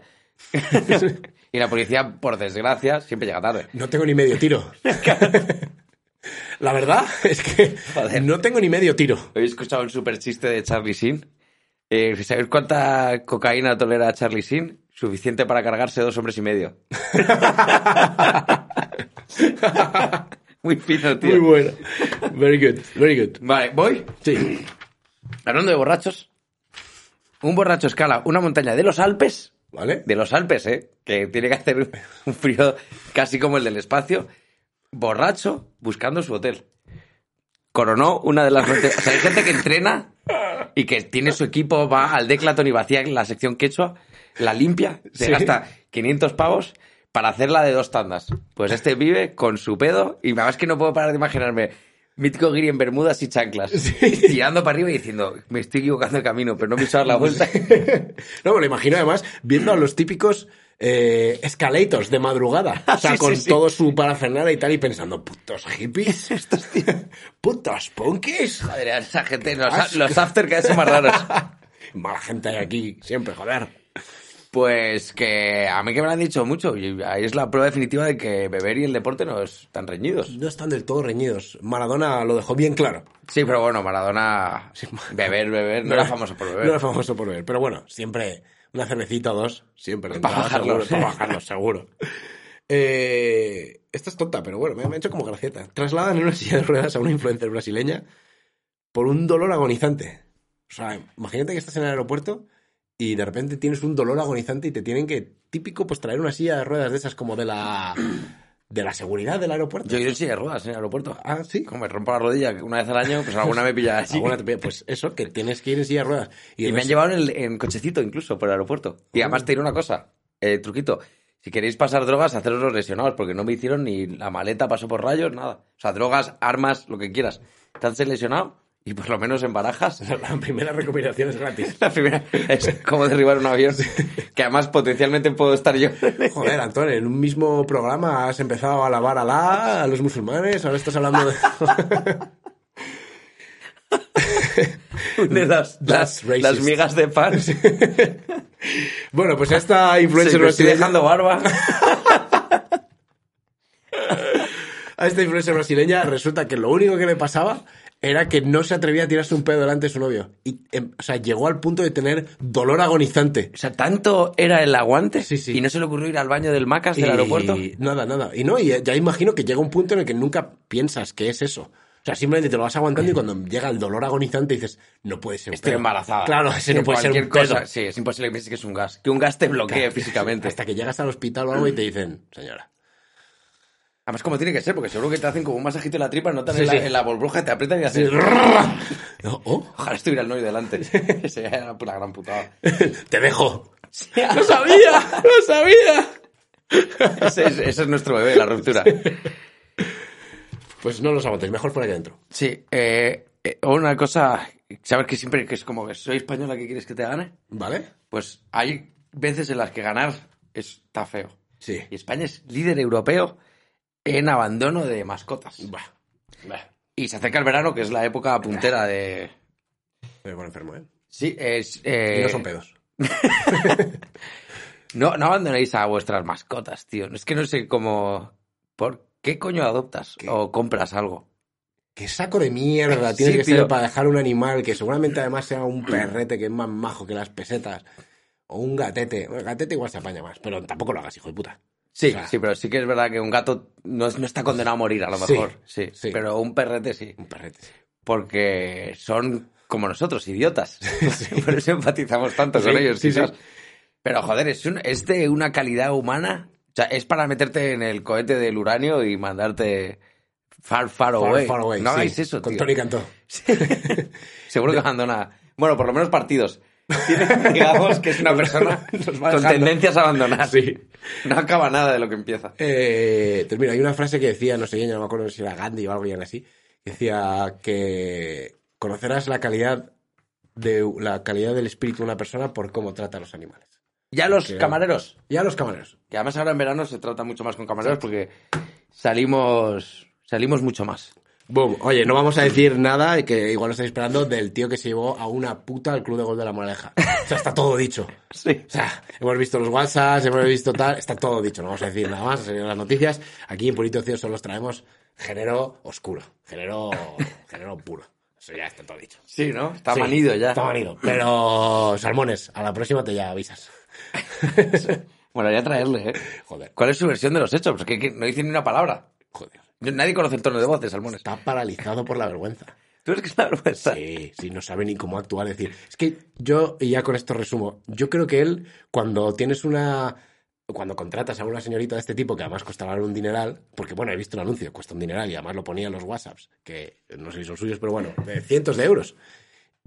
Speaker 2: y la policía, por desgracia, siempre llega tarde.
Speaker 1: No tengo ni medio tiro. La verdad es que
Speaker 2: Joder.
Speaker 1: no tengo ni medio tiro.
Speaker 2: He escuchado el super chiste de Charlie Sheen. Eh, ¿Sabéis cuánta cocaína tolera Charlie Sheen? Suficiente para cargarse dos hombres y medio. Muy fino, tío.
Speaker 1: Muy bueno. Very good, very good.
Speaker 2: Vale, voy.
Speaker 1: Sí.
Speaker 2: Hablando de borrachos. Un borracho escala una montaña de los Alpes.
Speaker 1: ¿Vale?
Speaker 2: De los Alpes, ¿eh? Que tiene que hacer un frío casi como el del espacio. Borracho buscando su hotel. Coronó una de las... monte- O sea, hay gente que entrena y que tiene su equipo, va al Declaton y vacía la sección quechua, la limpia, se
Speaker 1: Sí.
Speaker 2: gasta 500 pavos para hacerla de dos tandas. Pues este vive con su pedo y además que no puedo parar de imaginarme mítico guiri en bermudas y chanclas. Tirando para arriba y diciendo, me estoy equivocando de camino, pero no me he echado la bolsa.
Speaker 1: No, me lo imagino además viendo a los típicos eh, escalators de madrugada. O sea,
Speaker 2: Sí, sí,
Speaker 1: con
Speaker 2: sí.
Speaker 1: todo su parafernalia y tal, y pensando, putos hippies, estos tíos, putos punkis.
Speaker 2: Madre, esa gente, los, los after cada vez son más raros.
Speaker 1: Mala gente hay aquí, siempre, joder.
Speaker 2: Pues que a mí que me lo han dicho mucho, y ahí es la prueba definitiva de que beber y el deporte no están reñidos.
Speaker 1: No están del todo reñidos. Maradona lo dejó bien claro.
Speaker 2: Sí, pero bueno, Maradona, beber, beber, no era famoso por
Speaker 1: No era
Speaker 2: beber.
Speaker 1: famoso por beber. Pero bueno, siempre una cervecita o dos, siempre. le
Speaker 2: Para
Speaker 1: entraba,
Speaker 2: bajarlos.
Speaker 1: seguro, Para bajarlos, seguro. Eh, esta es tonta, pero bueno, me me ha hecho como gracieta. Trasladan en una silla de ruedas a una influencer brasileña por un dolor agonizante. O sea, imagínate que estás en el aeropuerto y de repente tienes un dolor agonizante y te tienen que, típico, pues traer una silla de ruedas de esas como de la... De la seguridad del aeropuerto.
Speaker 2: Yo he ido en silla de ruedas en el aeropuerto.
Speaker 1: Ah, sí.
Speaker 2: Como me rompo la rodilla una vez al año, pues alguna me pilla así.
Speaker 1: Alguna te pide- pues eso, que tienes que ir en silla de ruedas.
Speaker 2: Y, me han
Speaker 1: ves-
Speaker 2: llevado en, el- en cochecito incluso por el aeropuerto. Y además te diré una cosa, eh, truquito. Si queréis pasar drogas, haceros los lesionados, porque no me hicieron ni la maleta, pasó por rayos, nada. O sea, drogas, armas, lo que quieras. Te han lesionado y por lo menos en barajas.
Speaker 1: La primera recomendación es gratis.
Speaker 2: La primera es como derribar un avión, que además potencialmente puedo estar yo.
Speaker 1: Joder, Antonio, en un mismo programa has empezado a alabar a la, a los musulmanes, ahora estás hablando de
Speaker 2: de las,
Speaker 1: That's
Speaker 2: las,
Speaker 1: racist.
Speaker 2: las migas de pan. Se
Speaker 1: Bueno, pues esta influencer
Speaker 2: me estoy
Speaker 1: brasileña,
Speaker 2: dejando barba.
Speaker 1: a esta influencer brasileña resulta que lo único que le pasaba era que no se atrevía a tirarse un pedo delante de su novio. Y, em, o sea, llegó al punto de tener dolor agonizante.
Speaker 2: O sea, tanto era el aguante
Speaker 1: Sí, sí.
Speaker 2: y no se le ocurrió ir al baño del Macas del
Speaker 1: Y
Speaker 2: aeropuerto.
Speaker 1: Nada, nada. Y no, y ya imagino que llega un punto en el que nunca piensas que es eso. O sea, simplemente te lo vas aguantando y cuando llega el dolor agonizante dices, no puede ser un
Speaker 2: Estoy
Speaker 1: pedo.
Speaker 2: embarazada.
Speaker 1: Claro, ese no
Speaker 2: Que
Speaker 1: puede ser un
Speaker 2: cualquier
Speaker 1: pedo.
Speaker 2: cosa. Sí, es imposible que pienses que es un gas. Que un gas te bloquee físicamente.
Speaker 1: Hasta que llegas al hospital o algo y te dicen, señora.
Speaker 2: Además, como tiene que ser, porque seguro que te hacen como un masajito en la tripa, no te
Speaker 1: Sí,
Speaker 2: en, la,
Speaker 1: sí.
Speaker 2: en la burbuja, te aprietan y haces.
Speaker 1: No, oh,
Speaker 2: Ojalá estuviera el novio delante. Que sería la gran putada.
Speaker 1: te dejo.
Speaker 2: ¡Lo sabía! ¡Lo sabía! Ese es, ese es nuestro bebé, la ruptura.
Speaker 1: Pues no los aguantes, mejor fuera que adentro.
Speaker 2: Sí, eh, eh, una cosa. ¿Sabes que siempre que es como que soy española que quieres que te gane?
Speaker 1: ¿Vale?
Speaker 2: Pues hay veces en las que ganar está feo.
Speaker 1: Sí.
Speaker 2: Y España es líder europeo en abandono de mascotas.
Speaker 1: Bah. Bah.
Speaker 2: Y se acerca el verano, que es la época puntera de...
Speaker 1: Me pone enfermo, ¿eh?
Speaker 2: Sí, es... eh,
Speaker 1: Y no son pedos.
Speaker 2: No, no abandonéis a vuestras mascotas, tío. Es que no sé cómo... ¿Por qué coño adoptas
Speaker 1: ¿Qué?
Speaker 2: o compras algo?
Speaker 1: Qué saco de mierda tiene
Speaker 2: Sí,
Speaker 1: que ser
Speaker 2: tío.
Speaker 1: para dejar un animal que seguramente además sea un perrete que es más majo que las pesetas. O un gatete. Bueno, el gatete igual se apaña más, pero tampoco lo hagas, hijo de puta.
Speaker 2: Sí,
Speaker 1: O sea,
Speaker 2: sí, pero sí que es verdad que un gato no, no está condenado a morir, a lo
Speaker 1: Sí,
Speaker 2: mejor. Sí,
Speaker 1: sí.
Speaker 2: Pero un perrete sí.
Speaker 1: Un perrete.
Speaker 2: Porque son como nosotros, idiotas. Por eso empatizamos tanto con
Speaker 1: Sí,
Speaker 2: ellos,
Speaker 1: sí, sí.
Speaker 2: quizás. Pero joder, es, un- es de una calidad humana. O sea, es para meterte en el cohete del uranio y mandarte far, far
Speaker 1: Far,
Speaker 2: away.
Speaker 1: far away,
Speaker 2: no
Speaker 1: sí.
Speaker 2: hagáis eso,
Speaker 1: Con
Speaker 2: tío.
Speaker 1: Tony Cantó.
Speaker 2: Sí. Seguro que abandona. Bueno, por lo menos partidos. Tiene- digamos que es una persona
Speaker 1: Nos va
Speaker 2: con
Speaker 1: dejando.
Speaker 2: tendencias a abandonar.
Speaker 1: Sí.
Speaker 2: No acaba nada de lo que empieza.
Speaker 1: Eh, termino, hay una frase que decía, no sé quién, ya no me acuerdo si era Gandhi o alguien así, que decía que conocerás la calidad de la calidad del espíritu de una persona por cómo trata a los animales.
Speaker 2: Ya los
Speaker 1: Creo.
Speaker 2: camareros,
Speaker 1: Y a los camareros.
Speaker 2: que además ahora en verano se trata mucho más con camareros porque salimos salimos mucho más.
Speaker 1: Boom. Oye, no vamos a decir nada, que igual lo estáis esperando, del tío que se llevó a una puta al club de gol de la moraleja. O sea, está todo dicho.
Speaker 2: Sí.
Speaker 1: O sea, hemos visto los WhatsApps, hemos visto tal, está todo dicho, no vamos a decir nada más, serían las noticias. Aquí en Purito Cielo solo os traemos género oscuro, género, género puro. Eso ya está todo dicho.
Speaker 2: Sí, ¿no? Está
Speaker 1: Sí,
Speaker 2: manido ya.
Speaker 1: Está manido. Pero, Salmones, a la próxima te ya avisas.
Speaker 2: Bueno, ya traerle, ¿eh?
Speaker 1: Joder,
Speaker 2: ¿Cuál es su versión de los hechos? Pues que, que no dicen ni una palabra.
Speaker 1: joder.
Speaker 2: Yo- Nadie conoce el tono de voz de Salmones.
Speaker 1: Está paralizado por la vergüenza.
Speaker 2: ¿Tú ves que es una vergüenza?
Speaker 1: Sí, sí, no sabe ni cómo actuar. Es decir, es que yo, y ya con esto resumo, yo creo que él, cuando tienes una. Cuando contratas a una señorita de este tipo, que además costaba un dineral, porque bueno, he visto un anuncio, cuesta un dineral y además lo ponía en los WhatsApps, que no sé si son suyos, pero bueno, de cientos de euros.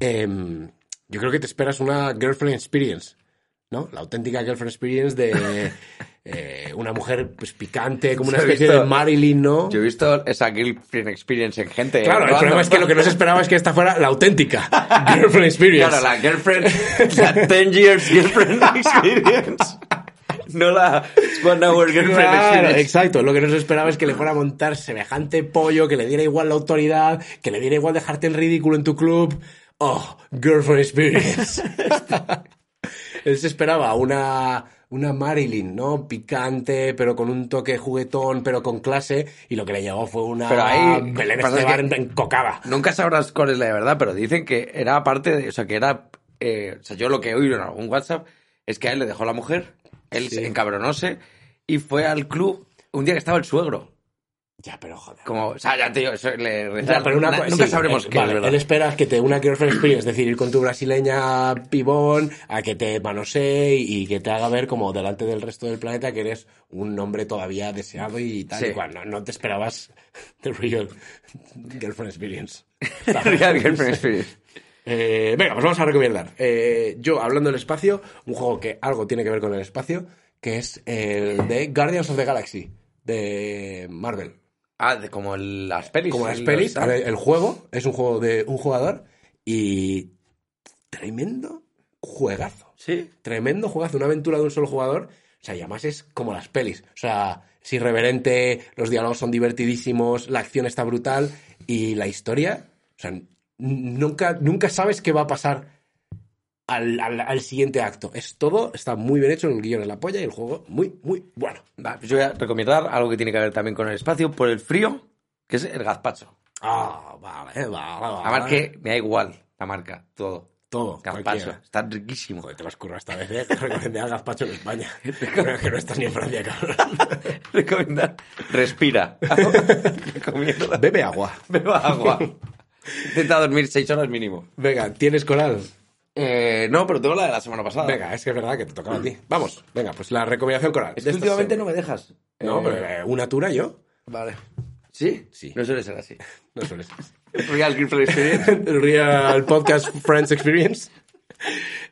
Speaker 1: Em, yo creo que te esperas una girlfriend experience, ¿no? La auténtica girlfriend experience de eh, una mujer pues, picante, como una
Speaker 2: Se ha
Speaker 1: especie
Speaker 2: visto-
Speaker 1: de Marilyn, ¿no?
Speaker 2: Yo he visto esa Girlfriend Experience en gente.
Speaker 1: Claro, el
Speaker 2: rodando.
Speaker 1: problema es que lo que no se esperaba es que esta fuera la auténtica Girlfriend Experience.
Speaker 2: Claro, la Girlfriend. La 10 Years Girlfriend Experience. No la One Hour Girlfriend
Speaker 1: Claro,
Speaker 2: Experience.
Speaker 1: exacto. Lo que no se esperaba es que le fuera a montar semejante pollo, que le diera igual la autoridad, que le diera igual dejarte en ridículo en tu club. Oh, Girlfriend Experience. Él se esperaba una, una Marilyn, ¿no? Picante, pero con un toque juguetón, pero con clase. Y lo que le llegó fue una
Speaker 2: Pero ahí
Speaker 1: Belén
Speaker 2: pasa
Speaker 1: Esteban
Speaker 2: que-
Speaker 1: en cocada.
Speaker 2: Nunca sabrás cuál es la de verdad, pero dicen que era parte de. O sea, que era. eh, o sea, yo lo que he oído en algún WhatsApp es que a él le dejó la mujer, él
Speaker 1: Sí.
Speaker 2: se encabronóse y fue al club un día que estaba el suegro.
Speaker 1: Ya, pero joder.
Speaker 2: Como, o sea, ya tío, eso le
Speaker 1: O sea, pero una
Speaker 2: na-
Speaker 1: cosa-
Speaker 2: Nunca
Speaker 1: sí,
Speaker 2: sabremos
Speaker 1: eh,
Speaker 2: qué
Speaker 1: vale,
Speaker 2: es verdad.
Speaker 1: Él espera que te una girlfriend experience, es decir, ir con tu brasileña pibón a que te manosee y que te haga ver como delante del resto del planeta que eres un hombre todavía deseado y tal
Speaker 2: Sí.
Speaker 1: y cual. No, no te esperabas the real girlfriend experience.
Speaker 2: Real Girlfriend Experience.
Speaker 1: Eh, venga, pues vamos a recomendar. Eh, yo, hablando del espacio, un juego que algo tiene que ver con el espacio, que es el de Guardians of the Galaxy, de Marvel
Speaker 2: Ah, de- como el- las pelis.
Speaker 1: como las
Speaker 2: el-
Speaker 1: pelis,
Speaker 2: los-
Speaker 1: a ver, el juego es un juego de un jugador y tremendo juegazo.
Speaker 2: Sí.
Speaker 1: Tremendo juegazo, una aventura de un solo jugador. O sea, y además es como las pelis. O sea, es irreverente, los diálogos son divertidísimos, la acción está brutal y la historia. O sea, n- nunca, nunca sabes qué va a pasar al, al- al siguiente acto. Es todo, está muy bien hecho, el guión es la polla y el juego muy, muy bueno.
Speaker 2: Va, pues yo voy a recomendar algo que tiene que ver también con el espacio por el frío, que es el gazpacho.
Speaker 1: Ah, vale, vale, vale.
Speaker 2: La marca me da igual, la marca, todo.
Speaker 1: todo.
Speaker 2: Gazpacho,
Speaker 1: cualquiera.
Speaker 2: está riquísimo.
Speaker 1: Joder, te vas curra esta vez, ¿eh? Que recomendé al gazpacho en España. Creo que no estás ni en Francia, cabrón.
Speaker 2: Recomendar. Respira. Recomiendo.
Speaker 1: Bebe agua.
Speaker 2: Beba agua. Intenta dormir seis horas mínimo.
Speaker 1: Venga, ¿tienes coral?
Speaker 2: Eh, no, pero tengo la de la semana pasada.
Speaker 1: Venga, es que es verdad que te tocaba a ti. Vamos, venga, pues la recomendación coral.
Speaker 2: Es
Speaker 1: De
Speaker 2: que
Speaker 1: esta
Speaker 2: últimamente no
Speaker 1: semana.
Speaker 2: me dejas.
Speaker 1: No,
Speaker 2: Eh,
Speaker 1: pero eh, una tura yo.
Speaker 2: Vale. ¿Sí?
Speaker 1: Sí.
Speaker 2: No suele ser así.
Speaker 1: No sueles.
Speaker 2: Real Girlfriend Experience.
Speaker 1: Real Podcast Friends Experience.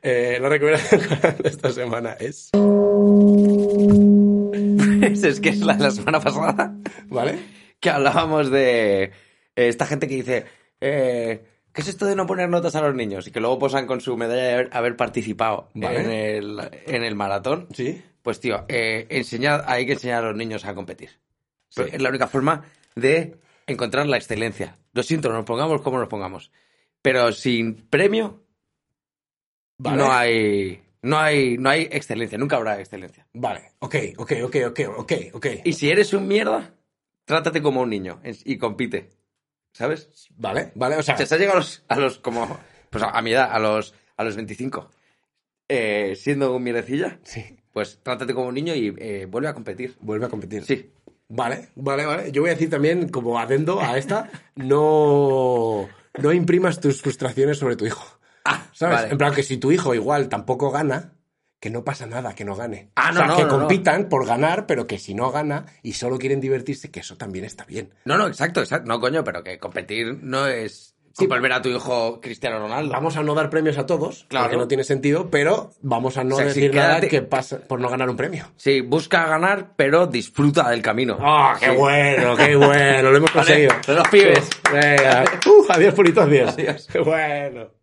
Speaker 1: Eh, la recomendación coral de esta semana es...
Speaker 2: es que es la de la semana pasada.
Speaker 1: ¿Vale?
Speaker 2: que hablábamos de eh, esta gente que dice, eh, ¿qué es esto de no poner notas a los niños? Y que luego posan con su medalla de haber, haber participado
Speaker 1: Vale.
Speaker 2: en, el, en el maratón.
Speaker 1: Sí.
Speaker 2: Pues tío, eh, enseñad- hay que enseñar a los niños a competir.
Speaker 1: Sí.
Speaker 2: Es la única forma de encontrar la excelencia. Lo siento, nos pongamos como nos pongamos. Pero sin premio
Speaker 1: Vale.
Speaker 2: no hay... No hay, no hay excelencia, nunca habrá excelencia.
Speaker 1: Vale. Ok, ok, ok, ok, ok, ok.
Speaker 2: Y si eres un mierda, trátate como un niño en- y compite. ¿Sabes?
Speaker 1: Vale, vale, o sea...
Speaker 2: Se ha llegado a los, a los como, pues a, a mi edad, a los, a los 25. eh, siendo un mierdecilla,
Speaker 1: Sí.
Speaker 2: pues trátate como un niño y eh, vuelve a competir.
Speaker 1: Vuelve a competir.
Speaker 2: Sí.
Speaker 1: Vale, vale, vale. Yo voy a decir también, como adendo a esta, no, no imprimas tus frustraciones sobre tu hijo.
Speaker 2: Ah,
Speaker 1: ¿Sabes?
Speaker 2: vale.
Speaker 1: En plan, que si tu hijo igual tampoco gana, que no pasa nada, que no gane.
Speaker 2: Ah, no,
Speaker 1: o sea,
Speaker 2: no,
Speaker 1: que
Speaker 2: no, no.
Speaker 1: compitan por ganar, pero que si no gana y solo quieren divertirse, que eso también está bien.
Speaker 2: No, no, exacto, exacto. No, coño, pero que competir no es
Speaker 1: Sí.
Speaker 2: volver a tu hijo Cristiano Ronaldo.
Speaker 1: Vamos a no dar premios a todos,
Speaker 2: Claro.
Speaker 1: porque no tiene sentido, pero vamos a no
Speaker 2: O sea,
Speaker 1: decir
Speaker 2: si
Speaker 1: nada
Speaker 2: quédate-
Speaker 1: que pasa por no ganar un premio.
Speaker 2: Sí, busca ganar, pero disfruta del camino.
Speaker 1: ¡Ah, qué
Speaker 2: Sí.
Speaker 1: bueno, qué bueno! Lo hemos
Speaker 2: Vale,
Speaker 1: conseguido.
Speaker 2: son los pibes.
Speaker 1: Venga. Uh, adiós, puritos, adiós.
Speaker 2: Adiós.
Speaker 1: Qué bueno.